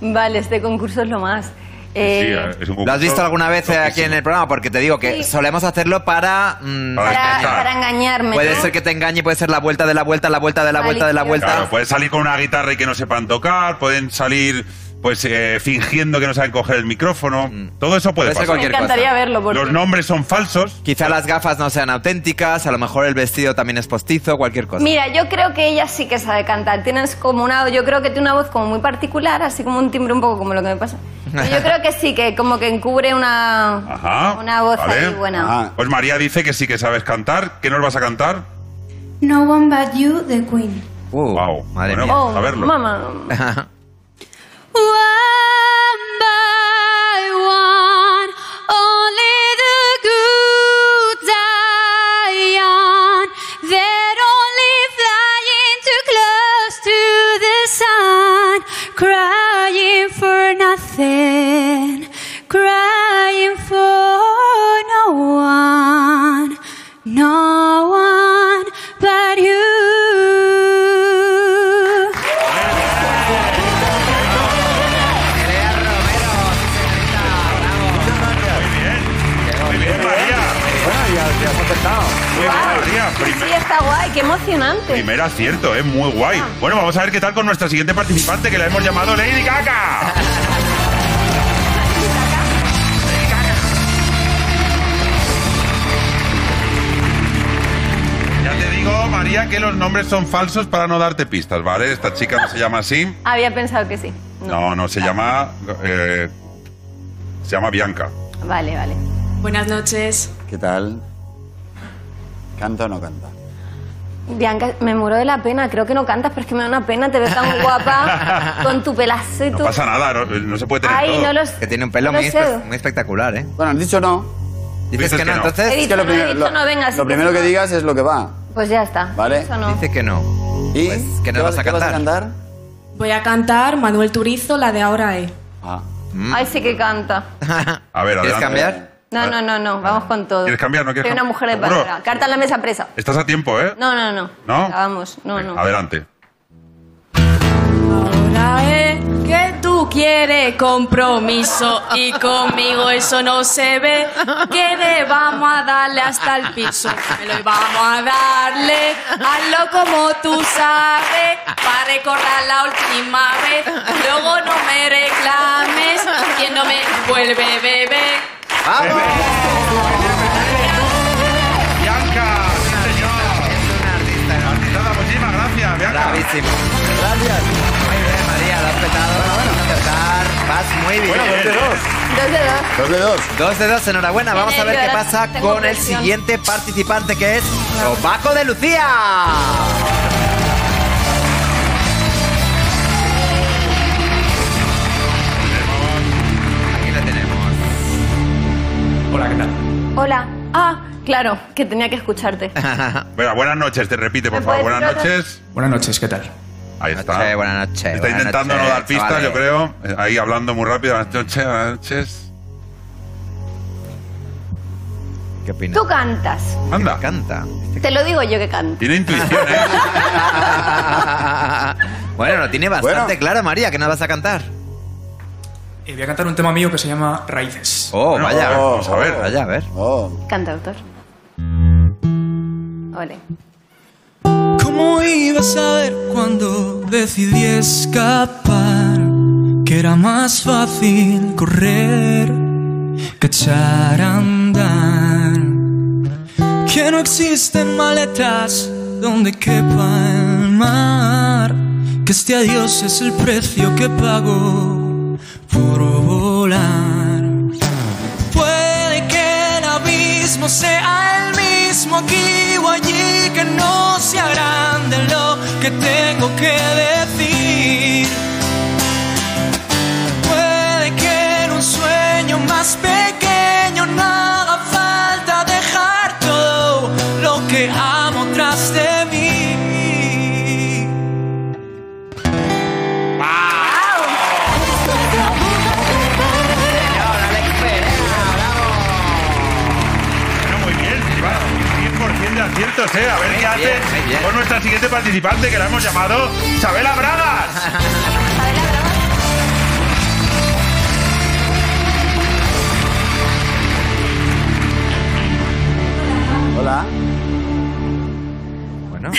D: Vale, este concurso es lo más. Eh,
B: Sí, es un
A: ¿Lo has visto
B: concurso
A: alguna vez eh, aquí en el programa? Porque te digo
D: Sí.
A: que solemos hacerlo para... mm,
B: Para
D: para,
B: despejar.
D: para engañarme.
A: puede
D: ¿no?
A: ser que te engañe, puede ser la vuelta de la vuelta, la vuelta de la vuelta de la vuelta.
B: Claro, pues. pueden salir con una guitarra y que no sepan tocar, pueden salir pues eh, fingiendo que no saben coger el micrófono.
C: Mm.
B: Todo eso puede,
A: Puede ser
B: pasar.
D: Me
A: cualquier
D: encantaría
A: cosa.
D: verlo. Porque...
B: Los nombres son falsos.
A: Quizá las gafas no sean auténticas, a lo mejor el vestido también es postizo, cualquier cosa.
D: Mira, yo creo que ella sí que sabe cantar. Tienes como una, yo creo que tiene una voz como muy particular, así como un timbre un poco como lo que me pasa. Pero yo creo que sí, que como que encubre una,
B: Ajá,
D: una voz
B: vale.
D: ahí buena.
C: Ah,
B: Pues María dice que sí que sabes cantar. ¿Qué nos vas a cantar?
E: No one but you, the Queen.
A: Uh,
B: Wow.
A: Madre
B: Bueno,
A: mía.
B: vamos a verlo.
D: Oh, mamá.
A: Ajá.
E: One by one, only the good die on. They're only flying too close to the sun, crying for nothing, crying for no one, no one but you.
B: Muy bien, María.
C: Bueno, ya, ya has acertado.
B: Muy bien, María.
D: Sí,
B: Primer,
D: está guay, qué emocionante.
B: primer acierto, es muy
D: Ah.
B: guay. Bueno, vamos a ver qué tal con nuestra siguiente participante que la hemos llamado Lady Gaga. Ya te digo, María, que los nombres son falsos para no darte pistas, ¿vale? Esta chica no se llama así.
D: Había pensado que sí.
B: No, no, se llama. eh, se llama Bianca.
D: Vale, vale.
J: Buenas noches.
C: ¿Qué tal? ¿Canta o no canta?
D: Bianca, me muero de la pena. Creo que no cantas, pero es que me da una pena. Te veo tan guapa con tu pelazo y
B: No
D: tu...
B: pasa nada, no, no se puede tener
D: Ay,
B: todo.
D: no los...
A: Que tiene un pelo
D: no
A: muy,
D: lo sé.
A: espe- muy espectacular, ¿eh?
C: Bueno, han dicho no.
A: Dices, que no,
D: He
A: entonces
D: dicho no, he dicho no, venga, sí
C: lo
D: que
C: primero
D: sí,
C: que
D: no.
C: digas es lo que va.
D: Pues ya está.
C: Vale.
D: Eso no.
A: dice que no.
C: ¿Y
A: Pues que no
C: ¿Qué
A: vas a
C: qué
A: cantar.
C: cantar?
J: Voy a cantar Manuel Turizo, la de ahora E. es.
C: Ah.
D: Ay, sí que canta.
B: A ver,
A: ¿Quieres
B: adelante.
A: cambiar?
D: No, no, no, no, vamos con todo.
B: ¿Quieres cambiar? ¿No quieres
D: Soy una
B: cambiar?
D: mujer de
B: ¿Seguro?
D: palabra. Carta en la mesa presa.
B: Estás a tiempo, ¿eh?
D: No, no, no.
B: ¿No?
D: Vamos, no,
B: Venga,
D: no.
B: Adelante.
J: Ahora es que tú quieres compromiso y conmigo eso no se ve. Que le vamos a darle hasta el piso. Me lo vamos a darle. Hazlo como tú sabes. Para recordar la última vez. Luego no me reclames. Que no me vuelve bebé.
A: ¡Vamos!
B: Bianca, sí señor. Artistada, muchísimas gracias, Bianca.
A: Bravísimo. Gracias. Muy bien, María, lo has petado. Vas a acertar. Vas muy bien.
C: Bueno, dos de dos.
D: Dos de dos.
C: Dos de dos.
A: Dos de dos, enhorabuena. Vamos a ver qué
D: nervio, ahora
A: pasa
D: tengo
A: con el
D: presión.
A: siguiente participante que es Paco de Lucía. Aquí la tenemos.
D: Hola. Ah, claro, que tenía que escucharte.
B: Bueno, buenas noches, te repite, por
D: ¿Me
B: favor.
D: puedes
B: Buenas
D: decir
B: noches.
I: Buenas noches, ¿qué tal?
B: Ahí está.
A: Noche, buenas noches,
B: Está
A: buenas
B: intentando
A: noches,
B: no dar pistas,
A: chavales.
B: yo creo. Eh, Ahí hablando muy rápido. Buenas noches, buenas noches.
A: ¿Qué opinas?
D: Tú cantas.
B: Anda.
A: Canta.
D: Te lo digo yo que canto.
B: Tiene intuición, ¿eh?
A: bueno, lo tiene bastante
C: Bueno.
A: claro, María, que no vas a cantar.
I: Eh, voy a cantar un tema mío que se llama Raíces.
A: Oh,
B: Bueno,
A: vaya.
B: vamos a ver.
A: Vaya, a ver.
C: Oh.
D: Cantautor. Ole.
I: ¿Cómo ibas a ver cuando decidí escapar? Que era más fácil correr que echar a andar. Que no existen maletas donde quepa el mar. Que este adiós es el precio que pago por volar. Puede que el abismo sea el mismo aquí o allí, que no sea grande lo que tengo que decir. Puede que en un sueño más pequeño no haga falta dejar todo lo que amo tras de mí.
B: Bueno, muy bien. Lleva 100% de acierto. atentos, ¿eh? A ver qué hace con nuestra siguiente participante que la hemos llamado Isabela Bragas.
C: Hola.
A: Bueno.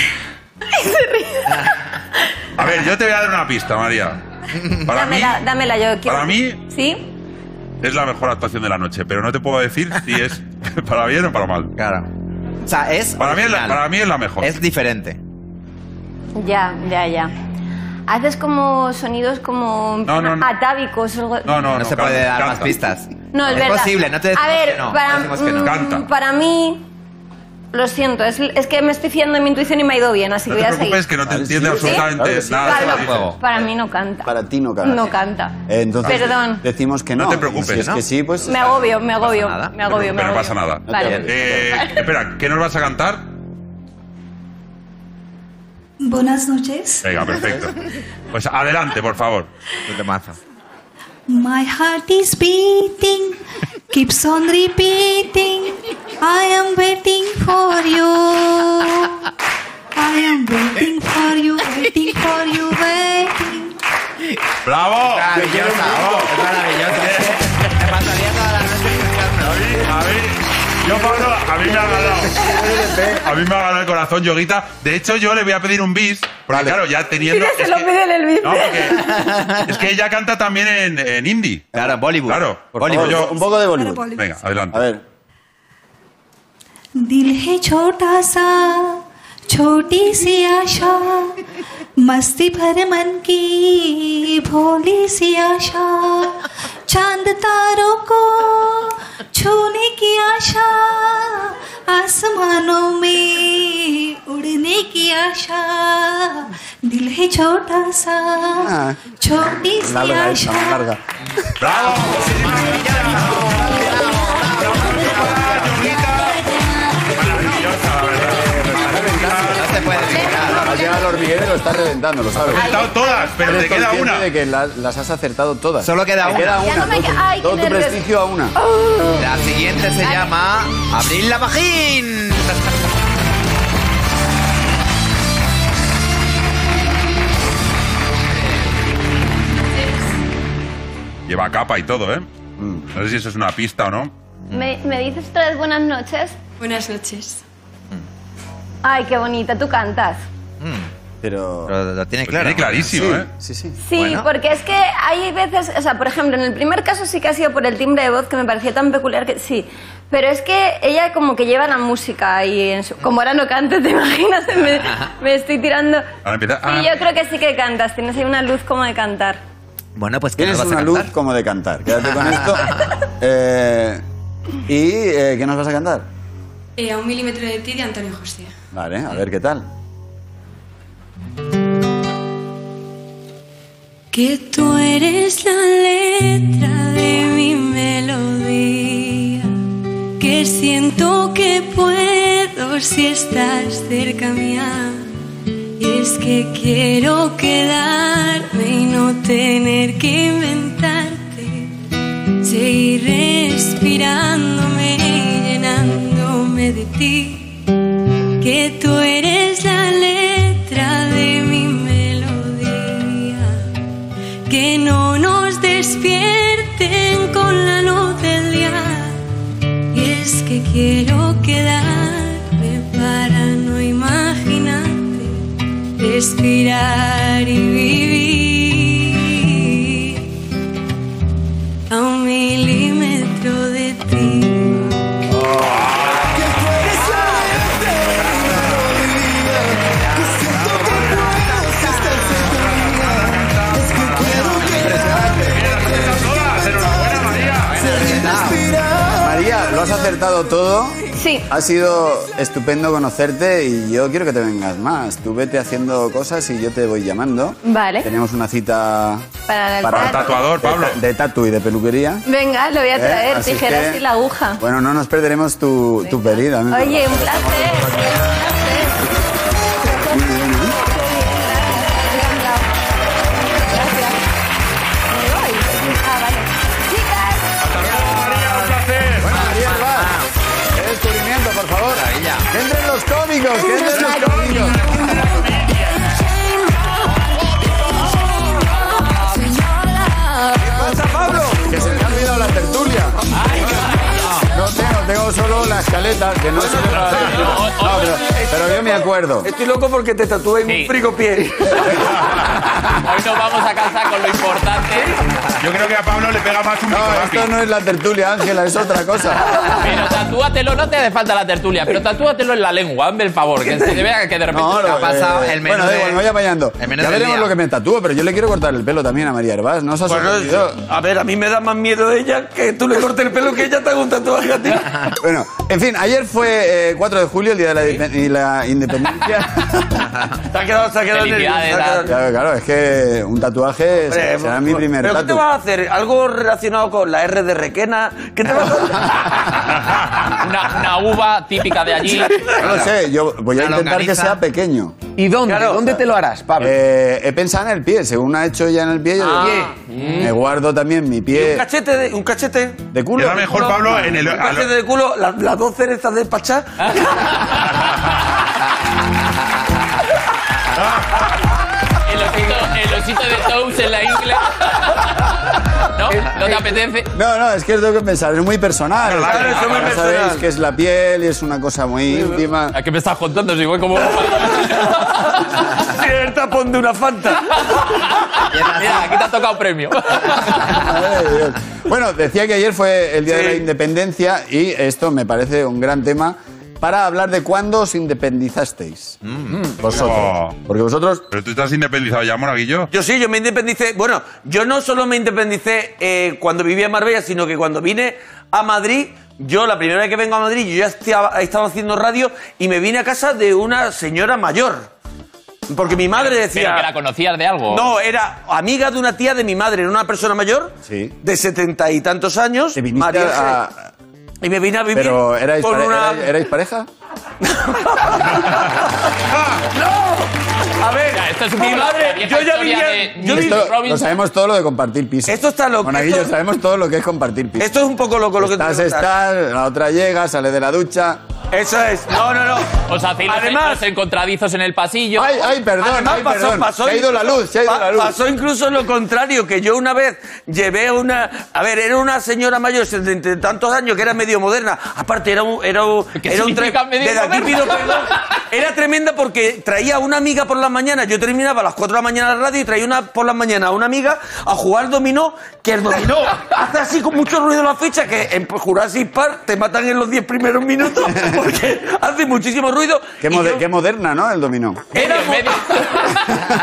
B: A ver, yo te voy a dar una pista, María. Para mí
D: dámela, dámela, yo quiero.
B: para mí-
D: ¿Sí?
B: es la mejor actuación de la noche, pero no te puedo decir si es para bien o para mal.
A: Claro. O sea, es.
B: Para mí es la,
A: original.
B: para mí es la mejor.
A: Es diferente.
D: Ya, ya, ya. Haces como sonidos como
B: No, no, no.
D: atávicos. o algo-
B: No, no,
A: No,
B: no,
A: se puede
B: canta,
A: dar más
B: canta.
A: pistas.
D: No, es,
A: es
D: verdad.
A: posible, no te decimos
D: A ver,
A: que no, no
D: para,
A: decimos que no.
D: mm,
B: Canta.
D: para mí, lo siento, es, es que me estoy fiando en mi intuición y me ha ido bien, así
B: No
D: que voy
B: te
D: a seguir.
B: preocupes que no te
C: Vale,
B: entiende
C: sí,
B: absolutamente
C: sí,
B: nada. de lo
D: claro.
B: que dices.
D: Para mí no canta.
C: Para ti no canta.
D: No canta.
C: Eh, entonces,
D: Perdón.
C: decimos que no.
B: No te preocupes,
C: Y Si es
A: ¿no?
C: que sí, pues.
D: Me agobio, me agobio,
A: nada.
D: me agobio, me
B: Pero no
D: agobio.
B: pasa nada.
D: Vale.
B: Eh, espera, ¿qué nos vas a cantar?
E: Buenas noches.
B: Venga, perfecto. Pues adelante, por favor.
A: Tu temazo.
E: My heart is beating, keeps on repeating. I am waiting for you. I am waiting for you, waiting for you, waiting.
B: ¡Bravo!
A: Maravillosa, vamos, es maravillosa. Me pasaría toda la noche
B: A
A: escuchando.
B: mí, a mí, yo Pablo, a mí me ha ganado. A mí me ha ganado el corazón, Yoguita. De hecho, yo le voy a pedir un bis, porque claro, ya teniendo.
D: Mira, se
B: es
D: lo
B: que-
D: pide en el bis.
B: No, porque es que ella canta también en, en indie.
A: Claro, Bollywood.
B: Claro.
C: Por favor,
A: Bollywood.
B: Yo-
C: un poco de Bollywood.
E: Bollywood.
B: Venga,
D: pues,
C: A
B: adelante.
C: ver.
E: दिल है छोटा सा छोटी सी आशा मस्ती भर मन की भोली सी आशा चांद तारों को छूने की आशा आसमानों में उड़ने की आशा दिल है छोटा सा छोटी सी
C: Larga esta, más
E: आशा
C: larga.
B: ¡Bravo! Yoguita. Maravillosa, la verdad.
A: No se puede evitar.
C: Al llegar al hormiguero lo estás reventando, lo sabes.
B: Has estado todas, pero
C: Eres
B: te queda
C: consciente
B: una.
C: de que la- las has acertado todas.
A: Solo queda
C: Te
A: una.
C: queda
D: Ya no
C: una.
D: me
C: todo
D: queda-
C: tu-
D: ay, qué
C: todo tu
D: nervios. Oh.
C: prestigio a una.
A: La siguiente se llama Abril la Bajín.
B: Lleva capa y todo, ¿eh?
C: Mm.
B: No sé si eso es una pista o no.
D: ¿Me, me dices otra vez buenas noches?
J: Buenas noches.
D: Ay, qué bonita, tú cantas.
C: Pero.
A: Pero lo tiene
B: Lo
A: claro.
B: tiene clarísimo, ¿eh?
C: Sí, sí.
D: Sí,
A: Bueno.
D: porque es que hay veces, o sea, por ejemplo, en el primer caso sí que ha sido por el timbre de voz que me parecía tan peculiar que sí, pero es que ella como que lleva la música ahí en su... Como ahora no cante, ¿te imaginas? Me, me estoy tirando...
B: Ahora empieza-
D: Sí, yo creo que sí que cantas, tienes ahí una luz como de cantar.
A: Bueno, pues ¿qué nos
C: Tienes
A: vas a
C: una
A: cantar?
C: luz como de cantar. Quédate con esto. Eh, ¿Y eh, qué nos vas a cantar?
J: Eh, a un milímetro de ti de Antonio José.
C: Vale, a ver qué tal.
E: Que tú eres la letra de mi melodía, que siento que puedo si estás cerca mía. Y es que quiero quedarme y no tener que inventarte, seguir respirándome y llenándome de ti que tú eres la letra de mi melodía, que no nos despierten con la luz del día. Y es que quiero quedarme para no imaginarte, respirar y vivir a un milímetro de ti.
B: ¡Todas! ¡Enhorabuena, María!
C: María, lo has acertado todo.
D: Sí.
C: Ha sido estupendo conocerte y yo quiero que te vengas más. Tú vete haciendo cosas y yo te voy llamando.
D: Vale.
C: Tenemos una cita
D: Para el
B: Para el tatuador,
C: de,
B: Pablo.
C: ta- de tatu y de peluquería.
D: Venga, lo voy a
C: ¿eh?
D: traer,
C: Así
D: tijeras
C: que,
D: y la aguja.
C: Bueno, no nos perderemos tu, tu pedido. amigo.
D: Oye, un placer. un placer. Gracias. Me voy. Ah, vale. Chicas,
B: ¡Hasta luego, María! ¡Un placer!
C: María, va. Qué descubrimiento, por favor.
A: Maravilla.
C: ¡Que entren los conos! tópicos, que es de los tópicos. ¿Qué pasa, Pablo? Que se me ha olvidado la tertulia. No tengo, tengo solo la escaleta, que no es la tertulia. No, pero, pero yo me acuerdo.
K: Estoy loco porque te tatué en un frigo pie.
L: Hoy nos vamos a casar con lo importante.
B: Yo creo que a Pablo le pega más un
C: No, esto no es la tertulia, Ángela, es otra cosa.
L: Pero tatúatelo, no te hace falta la tertulia, pero tatúatelo en la lengua, hazme el favor, que se te vea que de repente
C: No,
L: te
C: lo-
L: ha pasado
C: eh,
L: el menú.
C: Bueno, da
L: de-
C: igual, me voy apañando. Ya
L: el menú del
C: veremos
L: día. Pues
C: lo que me tatúo, pero yo le quiero cortar el pelo también a María Herbás, no os ha sorprendido.
K: a ver, a mí me da más miedo ella que tú le cortes el pelo que ella te haga un tatuaje a ti.
C: Bueno, en fin, ayer fue eh, 4 de julio, el Día de la, Dife- y la Independencia.
K: Se ha quedado, se ha quedado nervioso. se ha quedado-
C: Claro, claro, es que un tatuaje se-
K: Hombre,
C: será
L: pues,
C: mi primer
K: ¿Pero qué te
C: tatu.
K: vas a hacer? ¿Algo relacionado con la R de Requena? ¿Qué te vas a hacer?
L: una, una uva típica de allí.
C: No lo sé, yo voy a
L: Una
C: intentar que
L: longaniza.
C: sea pequeño.
M: ¿Y dónde? ¿Dónde te lo harás, Pablo?
C: Eh, he pensado en el pie, según ha hecho ella en el pie, yo
K: Ah.
C: digo, me guardo también mi
K: ¿Y un
C: pie
K: cachete? De, ¿Un cachete?
C: de culo.
B: Queda mejor, Pablo, en el-
K: Un cachete de culo, la- las dos cerezas de Pachá.
L: El osito, el osito de Toast en la ingle. ¿No?
K: Eh,
L: ¿No te apetece?
C: No, no, es que tengo que pensar, es muy personal.
L: Claro, claro, eso es muy
C: Ya
L: personal.
C: sabéis que es la piel y es una cosa muy íntima.
L: ¿A qué me estás contando? Si voy como...
K: Cierta, pon de una fanta.
L: Mira, aquí te ha tocado premio.
C: Madre de Dios. Bueno, decía que ayer fue el Día de la Independencia y esto me parece un gran tema para hablar de cuándo os independizasteis.
K: Mm.
C: Vosotros. Porque vosotros.
B: Pero tú estás independizado ya, Monaguillo.
K: Yo sí, yo me independicé. Bueno, yo no solo me independicé eh, cuando vivía en Marbella, sino que cuando vine a Madrid, yo la primera vez que vengo a Madrid, yo ya estaba, estaba haciendo radio y me vine a casa de una señora mayor. Porque mi madre
L: Pero que
K: decía.
L: la conocías de algo.
K: No, era amiga de una tía de mi madre, era una persona mayor
C: Sí.
K: de setenta y tantos años. María Ángeles.
C: a-
K: y me vine a vivir
C: Pero erais,
K: con
C: pare-
K: una.
C: erais- erais pareja.
K: ¡No! A ver,
L: Ya, esto es un
K: mi
L: poco la- la
K: madre,
L: vieja
K: yo ya
L: historia
K: vivía.
L: de-
K: yo
L: de-
K: vivía-
C: Esto,
L: Robin.
C: lo sabemos todo lo de compartir piso.
K: Esto está loco,
C: Monaguillo,
K: esto-
C: sabemos todo lo que es compartir piso.
K: Esto es un poco loco lo que tú
C: estás,
K: me cuentas.
C: estás, la otra llega, sale de la ducha.
K: Eso es. No, no, no.
L: Os hacéis los-
K: Además-
L: los encontradizos en el pasillo.
C: Ay, ay, perdón,
K: Además,
C: ay, perdón. se ha ido la luz, se ha ido
K: pa-
C: la luz.
K: Pasó incluso lo contrario, que yo una vez llevé a una... A ver, era una señora mayor de entre tantos años que era medio moderna. Aparte, era un... Era un,
L: ¿Qué
K: era un
L: significa medio
K: desde aquí
L: moderna?
K: pido perdón. Era tremenda porque traía a una amiga por la mañana. Yo terminaba a las 4 de la mañana la radio y traía una por la mañana a una amiga a jugar dominó, que el dominó hace así con mucho ruido la ficha, que en Jurassic Park te matan en los 10 primeros minutos porque hace muchísimo ruido.
C: Qué,
K: Y
C: mode-
K: yo-
C: qué moderna, ¿no? El dominó.
K: era
L: Medio, medio,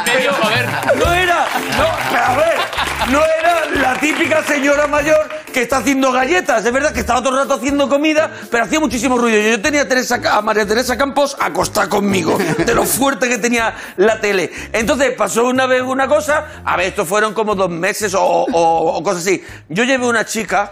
L: medio moderna.
K: no era, no, pero a ver, no era la típica señora mayor que está haciendo galletas. Es verdad que estaba todo el rato haciendo comida, pero hacía muchísimo ruido. Yo tenía a, Teresa- a María Teresa Campos acostada conmigo, de lo fuerte que tenía la tele. Entonces pasó una vez una cosa, a ver, esto fueron como dos meses o, o- o cosas así. Yo llevé una chica,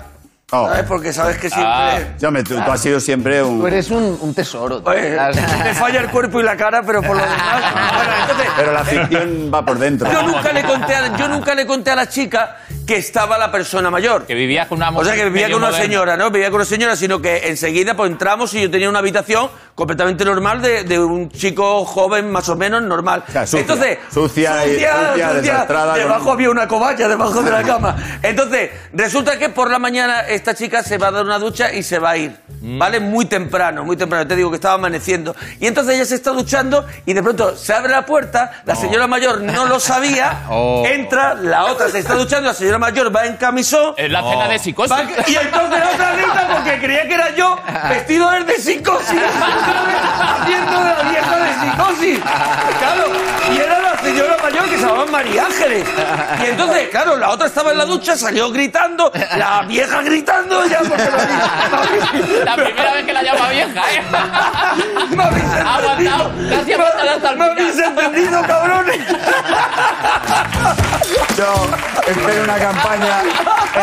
C: Oh.
K: ¿sabes? Porque sabes que siempre.
C: Ya me, tú, tú has sido siempre un.
M: Tú eres un, un tesoro. tío.
K: Oye, pues, me falla el cuerpo y la cara, pero por lo demás. Bueno, entonces,
C: Pero la ficción va por dentro.
K: Yo nunca, le conté a, yo nunca le conté a la chica que estaba la persona mayor.
L: Que vivías con una
K: O
L: mujer
K: sea, que vivía
L: medio
K: con una
L: moderna.
K: señora, ¿no? Vivía con una señora, sino que enseguida pues entramos y yo tenía una habitación completamente normal de, de un chico joven, más o menos normal.
C: sea, sucia.
K: Entonces,
C: Sucia y- sucia, desastrada, con
K: Debajo
C: un-
K: había una cobaya, debajo de la cama. Entonces, resulta que por la mañana esta chica se va a dar una ducha y se va a ir. ¿Vale? Muy temprano, muy temprano. Te digo que estaba amaneciendo. Y entonces ella se está duchando y de pronto se abre la puerta, la señora mayor no lo sabía, entra, la otra se está duchando, la señora mayor va en camisón.
L: Es la cena de psicosis.
K: Va- Y entonces la otra grita porque creía que era yo vestido de psicosis. Haciendo de la vieja de psicosis. Claro, y era la señora mayor que se llamaba María Ángeles. Y entonces, claro, la otra estaba en la ducha, salió gritando, la vieja gritando ya porque lo vi.
L: La primera vez que la llama vieja, ¿eh?
K: Me habéis
L: Ha aguantado.
K: entendido.
L: Te hacía falta hasta el
K: Me
L: final.
K: habéis entendido, cabrones.
C: Yo espero una campaña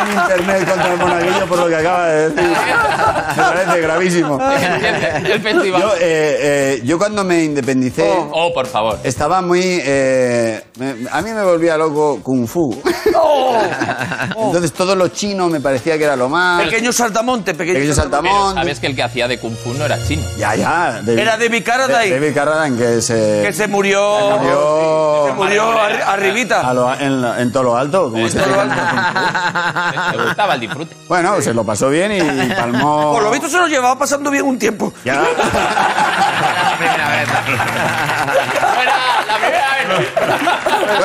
C: en internet contra el monaguillo por lo que acaba de decir. Me parece gravísimo.
L: El festival.
C: Yo, eh, eh, yo cuando me independicé
L: Oh, por favor.
C: estaba muy... eh, me- a mí me volvía loco Kung Fu. Entonces todo lo chino me parecía que era lo más...
K: Pequeño saltamonte, pequeño,
C: Pequeño saltamonte.
L: Sabes que el que hacía de Kung Fu no era chino.
C: Ya, ya.
K: Era David Carradine.
C: De- David Carradine, que se...
K: Que se murió.
C: murió-
K: Se murió arri- arribita.
C: A lo- en, la- en todo lo alto. como se dice.
L: Le gustaba el disfrute.
C: Bueno, se lo pasó bien y palmó...
K: Por lo visto se lo llevaba pasando bien un tiempo.
C: Ya.
L: Era la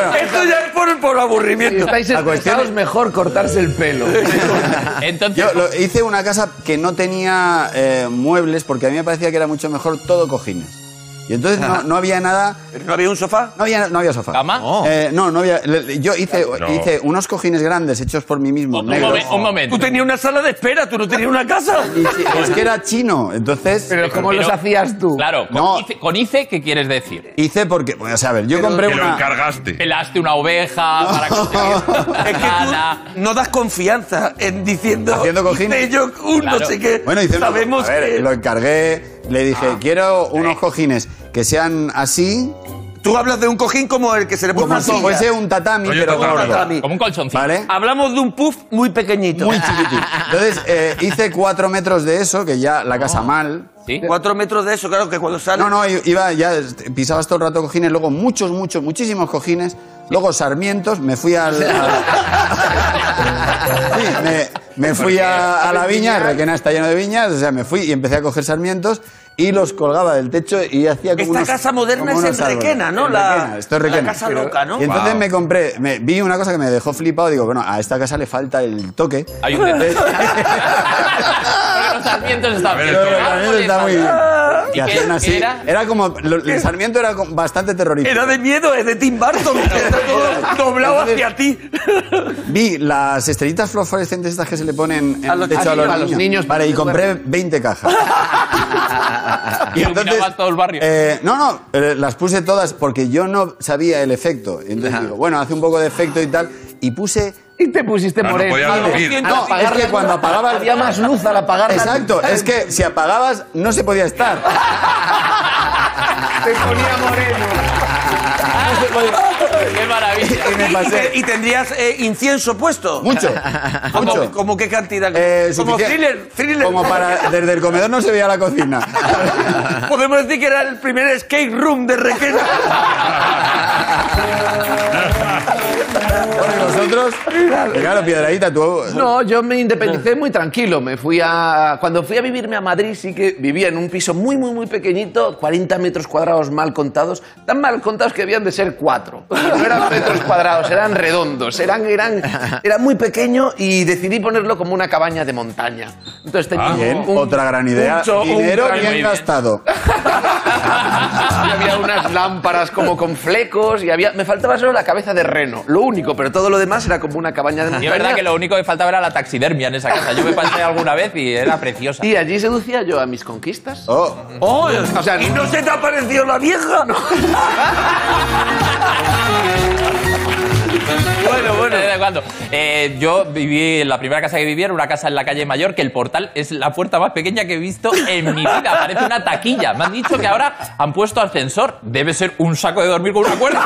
L: primera vez.
K: Esto ya es por, por aburrimiento.
C: La cuestión es
M: mejor cortarse el pelo.
L: Entonces,
C: Yo lo- hice una casa que no tenía eh, muebles porque a mí me parecía que era mucho mejor todo cojines. Y entonces no, no había nada,
K: Pero ¿No había un sofá?
C: no había, no había sofá.
L: ¿cama?
C: Eh, no, no había. le- le- Yo hice,
B: No.
C: hice unos cojines grandes hechos por mí mismo,
L: Un,
C: negros.
L: momen- un momento.
K: Tú tenías una sala de espera, tú no tenías una casa.
C: Y chi- es que era chino, entonces
M: Pero ¿cómo
L: Pero-
M: los hacías tú?
L: Claro, con,
C: No.
L: Ice, con Ice, ¿qué quieres decir?
C: hice porque, bueno, o sea, a ver, yo compré
B: Te lo
C: una.
B: encargaste.
L: Pelaste una oveja para conseguir
K: Es que
L: nada.
K: tú no das confianza en diciendo.
C: Haciendo cojines.
K: "Hice yo un
L: Claro.
K: no sé qué.
C: Bueno, hice unos-
K: Sabemos
C: a ver,
K: que. Ah,
C: lo encargué, le dije, quiero unos cojines que sean así,
K: Tú hablas de un cojín como el que se le pone
C: como
K: una
C: si
K: silla.
C: fuese un tatami,
B: Oye,
C: pero
B: tatami.
C: gordo.
K: Tatami. Ah,
L: Como un colchoncito.
C: ¿Vale?
K: Hablamos de un puff muy pequeñito.
C: Muy chiquitito. Entonces eh, hice cuatro metros de eso, que ya la
K: Ah.
C: casa mal.
L: ¿Sí?
K: Cuatro metros de eso, claro, que cuando sale.
C: No, no, iba, ya este, pisabas todo el rato cojines, luego muchos, muchos, muchísimos cojines, luego sarmientos, me fui al. al- Sí, me, me fui a, a la viña, Requena está lleno de viñas, o sea, me fui y empecé a coger sarmientos y los colgaba del techo y hacía como
K: Esta
C: unos-
K: casa moderna
C: como
K: es en
C: unos árboles.
K: Requena, ¿no?
C: En
K: La-
C: Requena, esto es
K: la
C: Requena.
K: casa loca, ¿no?
C: Y entonces
B: Wow.
C: me compré, me, vi una cosa que me dejó flipado, digo, bueno, a esta casa le falta el toque.
B: Ah,
L: Hay un detalle.
C: Este
L: Porque los sarmientos están
B: ver,
L: bien.
B: el
C: Pero el sarmiento está muy bien.
L: ¿Y
C: Que
L: qué-
C: hacían así.
L: qué era?
C: Era, como. lo- el sarmiento era como bastante terrorista.
K: Era de miedo, es de Tim Burton. que está todo doblado hacia ti.
C: Vi las estrellitas fluorescentes estas que se le ponen en
K: A
C: el
K: los-
C: techo
K: a
C: a los,
K: los
C: niños.
M: niños.
C: Vale, y compré 20 cajas.
L: Y iluminabas todo el barrio.
C: eh, no, no, eh, las puse todas porque yo no sabía el efecto. Entonces digo, bueno, hace un poco de efecto y tal. Y puse.
M: Y te pusiste
B: Claro, no
M: moreno.
B: podías
M: Vale.
B: dormir.
M: Al
C: No,
M: apagar
C: es que
M: la-
C: cuando apagaba el-
M: Había más luz al apagar. la-
C: Exacto, es que si apagabas no se podía estar.
M: Te ponía moreno.
L: ¡Qué maravilla!
C: Y me pasé.
K: Y, y tendrías eh, incienso puesto.
C: Mucho,
K: ¿Cómo-
C: mucho.
K: ¿Cómo qué cantidad?
C: Eh,
K: como
C: sufici-
K: thriller, thriller.
C: Como para. Desde el comedor no se veía la cocina.
K: Podemos decir que era el primer escape room de Requena.
C: Bueno, ¿y vosotros? Claro, piedradita, tú.
M: No, yo me independicé muy tranquilo. Me fui a. Cuando fui a vivirme a Madrid, sí que vivía en un piso muy, muy, muy pequeñito, 40 metros cuadrados mal contados. Tan mal contados que debían de ser cuatro. Y No eran metros cuadrados, eran redondos. Eran, eran, era muy pequeño y decidí ponerlo como una cabaña de montaña. Entonces
L: Ah,
M: tenía.
C: Bien,
M: un-
C: otra gran idea.
M: un cho- un
C: Dinero
M: gran-
C: bien,
L: muy bien.
C: gastado.
M: Y había unas lámparas como con flecos y había. Me faltaba solo la cabeza de reno. Lo único, pero todo lo demás era como una cabaña de
L: Y
M: montaña.
L: es verdad que lo único que faltaba era la taxidermia en esa casa. Yo me pasé alguna vez y era preciosa.
M: Y allí seducía yo a mis conquistas.
C: Oh,
K: Oh,
M: O sea,
K: ¿Y no se te ha parecido la vieja?
L: Bueno, bueno. De vez en cuando. Eh, yo viví, la primera casa que viví era una casa en la calle Mayor, que el portal es la puerta más pequeña que he visto en mi vida. Parece una taquilla. Me han dicho que ahora han puesto ascensor. Debe ser un saco de dormir con una cuerda.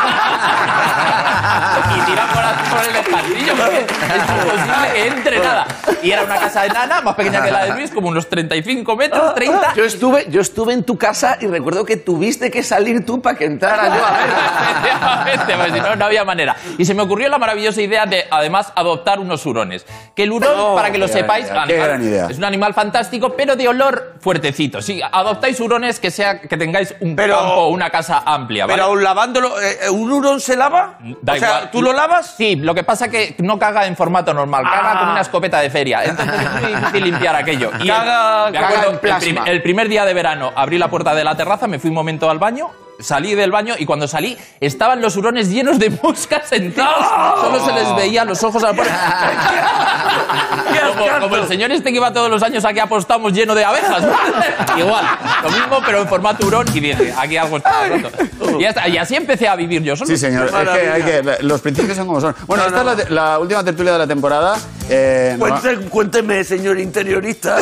L: y tiran por, la- por el descansillo, porque es imposible que entre nada. Y era una casa enana, más pequeña que la de Luis, como unos 35 metros, 30.
M: Yo estuve, yo estuve en tu casa y recuerdo que tuviste que salir tú para que entrara yo a ver.
L: Efectivamente, pues si no, no había manera. Y se me ocurrió la maravillosa idea de, además, adoptar unos hurones. Que el hurón,
K: Oh,
L: para que lo
C: qué gran
L: sepáis,
C: idea, qué gran idea.
L: es un animal fantástico, pero de olor fuertecito. Si adoptáis hurones, que sea que tengáis un
K: Pero-
L: campo, una casa amplia, ¿vale?
K: Pero aún lavándolo, eh, ¿un hurón se lava?
L: Da
K: o sea,
L: igual.
K: ¿tú lo lavas?
L: Sí, lo que pasa que no caga en formato normal, caga
K: Ah.
L: con una escopeta de feria. Entonces es muy difícil limpiar aquello. Y
K: Caga-
L: me
M: caga
L: acuerdo,
M: en plasma.
L: El, prim- el primer día de verano abrí la puerta de la terraza, me fui un momento al baño. Salí del baño y cuando salí estaban los hurones llenos de moscas enteros. Solo se les veía los ojos a la puerta. como, como el señor este que iba todos los años aquí apostamos lleno de abejas. Igual, lo mismo pero en formato hurón y dije, aquí algo está roto. Y, ya está, y así empecé a vivir yo solo.
C: Sí, señor. Es que hay que- los principios son como son. Bueno, esta es la te- la, última tertulia de la temporada. Eh, no-
K: Cuénteme, cuénteme, señor interiorista.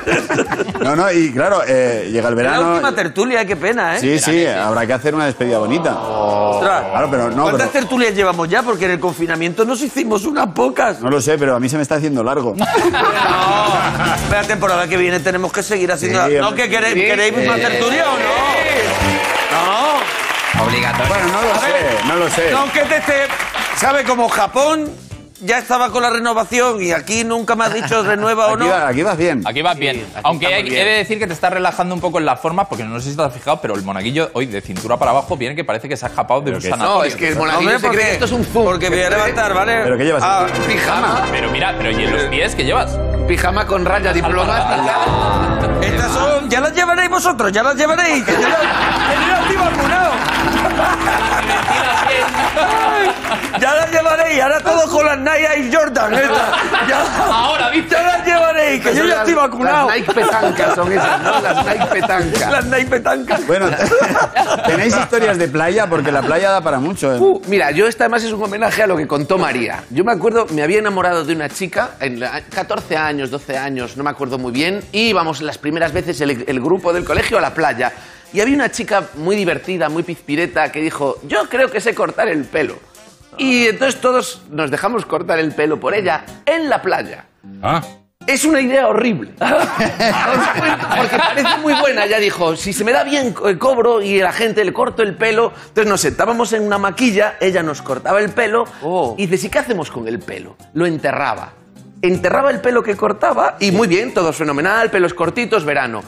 C: no, no, y claro, eh, llega el
K: la
C: verano.
K: última tertulia, qué pena, ¿eh?
C: Sí, sí, habrá que hacer una despedida bonita.
K: Ostras.
C: Claro, pero no,
K: ¿Cuántas
C: pero-
K: tertulias llevamos ya? Porque en el confinamiento nos hicimos unas pocas.
C: no lo sé, pero a mí se me está haciendo largo.
K: La temporada que viene tenemos que seguir haciendo.
C: Sí,
K: ¿No
C: hombre.
K: que queréis,
C: Sí.
K: queréis una
C: Sí.
K: tertulia o no? No.
C: Obligatorio. Bueno, no lo
K: A ver,
C: sé, no lo sé.
K: Aunque te esté. ¿Sabe como Japón ya estaba con la renovación y aquí nunca me has dicho renueva o no?
C: vas bien.
L: Aquí vas bien. Aunque hay-
K: bien.
L: he de decir que te estás relajando un poco en las formas, porque no sé si te has fijado, pero el monaguillo hoy de cintura para abajo viene que parece que se ha escapado de un sanatorio.
M: No, es que el monaguillo
K: Hombre,
M: se
K: ¿por
M: cree
K: qué?
M: que esto es un zoom.
K: Porque voy a levantar, ¿vale?
L: ¿Pero qué llevas?
K: Ah,
M: Pijama.
L: Pero mira, pero ¿y en los pies qué llevas?
M: Pijama con raya diplomática.
K: Estas son. Ya las llevaréis vosotros, ya las llevaréis. Que yo las- que yo las llevo vacunado. Ay, Ya las llevaréis, ahora todos con las Nike y Jordan. neta. Ya,
L: Ahora, ¿viste?
K: Ya Pues las llevaréis, que yo ya estoy vacunado.
M: Las Nike petancas son esas, ¿no? Las Nike petancas.
K: Las Nike petancas.
C: Bueno, ¿tenéis historias de playa? Porque la playa da para mucho. ¿eh?
M: Uh, mira, yo esta además es un homenaje a lo que contó María. Yo me acuerdo, me había enamorado de una chica, en la- 14 años, 12 años, no me acuerdo muy bien, y íbamos las primeras veces el, el grupo del colegio a la playa. Y había una chica muy divertida, muy pizpireta, que dijo, yo creo que sé cortar el pelo. Y entonces todos nos dejamos cortar el pelo por ella en la playa.
B: Ah.
M: Es una idea horrible. Porque parece muy buena. Ya dijo, si se me da bien, co- eh, cobro y a la gente le corto el pelo. Entonces nos sentábamos en una maquilla, ella nos cortaba el pelo
K: Oh.
M: y dice, ¿y qué hacemos con el pelo? Lo enterraba. Enterraba el pelo que cortaba y muy bien, todo fenomenal, pelos cortitos, verano.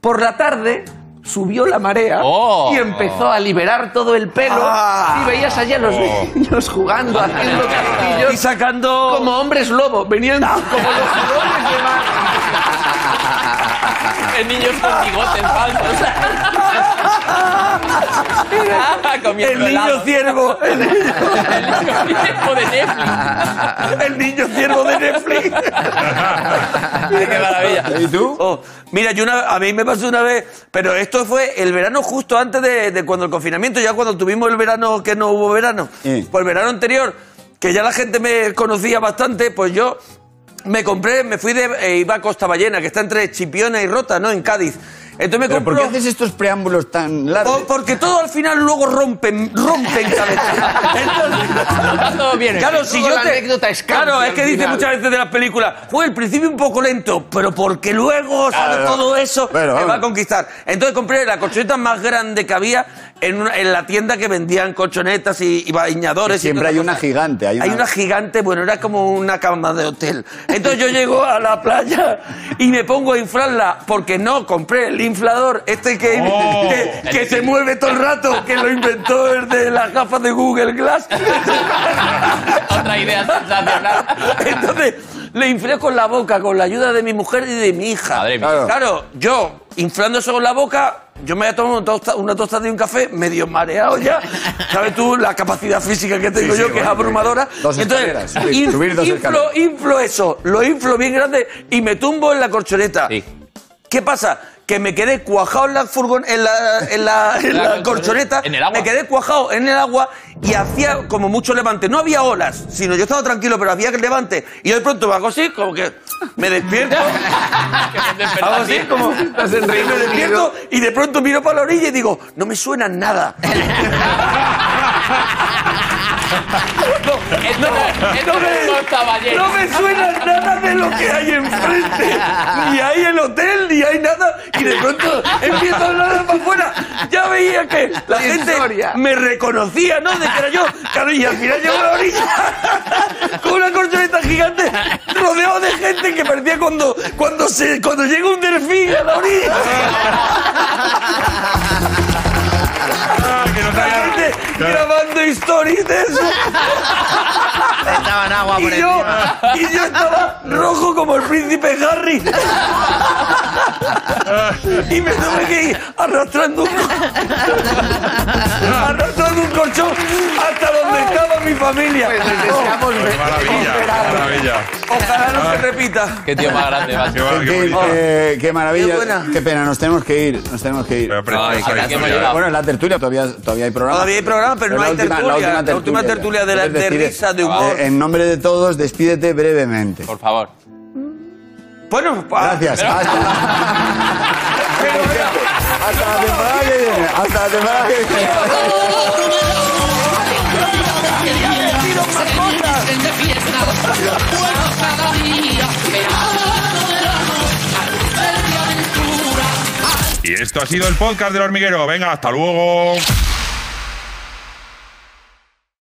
M: Por la tarde subió la marea
L: Oh.
M: y empezó a liberar todo el pelo
K: Ah. Oh.
M: y veías allá los niños jugando, haciendo castillos
K: Y sacando.
M: como hombres lobo, venían como los jugadores de mar.
L: De niños con bigotes falsos.
K: El
L: Comiendo
K: niño
L: helado.
K: ciervo. El,
L: El niño viejo de Netflix.
K: el niño ciervo de Netflix.
L: Ay, ¡Qué maravilla!
C: ¿Y tú?
K: Oh, mira, yo una- a mí me pasó una vez, pero esto fue el verano justo antes de, de cuando el confinamiento, ya cuando tuvimos el verano que no hubo verano,
C: Eh.
K: pues el verano anterior, que ya la gente me conocía bastante, pues yo me compré, me fui de eh, iba a Costa Ballena, que está entre Chipiona y Rota, ¿no? En Cádiz. Entonces me
C: ¿Pero por
K: compré
C: qué haces estos preámbulos tan largos?
K: porque todo al final luego rompen, rompen cabezas. Entonces-
L: Está todo bien.
K: Claro, si
M: Luego
K: yo
M: la
K: te...
M: anécdota es
K: Claro,
M: cáncer
K: es que
M: al
K: dice
M: final.
K: muchas veces de las películas, fue el principio un poco lento, pero porque luego sabe
C: Claro.
K: todo eso,
C: Bueno,
K: me va
C: vamos.
K: a conquistar. Entonces compré la colchoneta más grande que había en, una- en la tienda que vendían colchonetas y, y
C: Que
K: bañadores. y
C: Siempre
K: todas
C: hay
K: las
C: una
K: cosas.
C: gigante. Hay una,
K: Hay una gigante, bueno, era como una cama de hotel. Entonces yo llego a la playa y me pongo a inflarla porque no compré el inflador, este que,
B: Oh.
K: que, que se mueve todo el rato, que lo inventó el de las gafas de Google Glass.
L: Otra idea sensacional.
K: Entonces le inflé con la boca, con la ayuda de mi mujer y de mi hija.
L: Madre mía.
K: Claro. Claro, yo inflando eso con la boca, yo me había tomado una, tosta- una tostada y un café medio mareado ya. ¿Sabes tú la capacidad física que tengo
C: sí,
K: yo, que es
C: bueno,
K: abrumadora?
C: dos escaleras, subir-
K: in-
C: subir dos
K: inflo,
C: escaleras.
K: inflo eso, lo inflo bien grande y me tumbo en la corchoneta.
L: Sí.
K: ¿Qué pasa? Que me quedé cuajado en la furgon, en la, en la, en
L: La
K: la
L: colchoneta,
K: corchoneta.
L: en el agua.
K: Me quedé cuajado en el agua y hacía como mucho levante. No había olas, sino yo estaba tranquilo, pero hacía levante. Y yo de pronto me hago así, como que me despierto. hago así, como. me despierto y de pronto miro para la orilla y digo, no me suena nada.
L: Esto no, esto no es Costa Ballena.
K: No me suena nada de lo que hay enfrente. Ni hay el hotel, ni hay nada. Y de pronto empiezo a hablar para afuera. Ya veía que la
M: Sí,
K: gente
M: Soria.
K: me reconocía, ¿no? De que era yo. Claro, y al final llego a la orilla con una corcholeta gigante rodeado de gente que parecía cuando, cuando, se, cuando llega un delfín a la orilla.
B: Ah, que no
K: La gente grabando stories de eso.
H: Estaban agua por
K: Y yo,
H: encima.
K: y yo estaba rojo como el príncipe Harry. Y me tuve que ir arrastrando un, co- arrastrando un colchón hasta donde estaba mi familia. Oh,
M: Pues les deseamos
B: Pues maravilla,
M: recuperarlo.
B: maravilla.
K: Ojalá no se repita.
L: Qué tío más grande, macho.
B: Ah,
C: En fin, eh, qué maravilla. Qué, pena, nos tenemos que ir. Nos tenemos que ir.
L: Ay, qué lástima. llegado.
C: bueno, en la tertulia todavía, todavía hay programa.
K: Todavía hay programa, pero no hay tertulia. La última tertulia de la-
C: Entonces
K: de
C: despide-
K: risa, de humor.
C: Eh, En nombre de todos, despídete brevemente. Por
L: favor.
K: Bueno,
C: Gracias. Hasta, hasta la temporada que viene. Hasta la temporada que viene.
B: Y esto ha sido el podcast del hormiguero. Venga, hasta luego.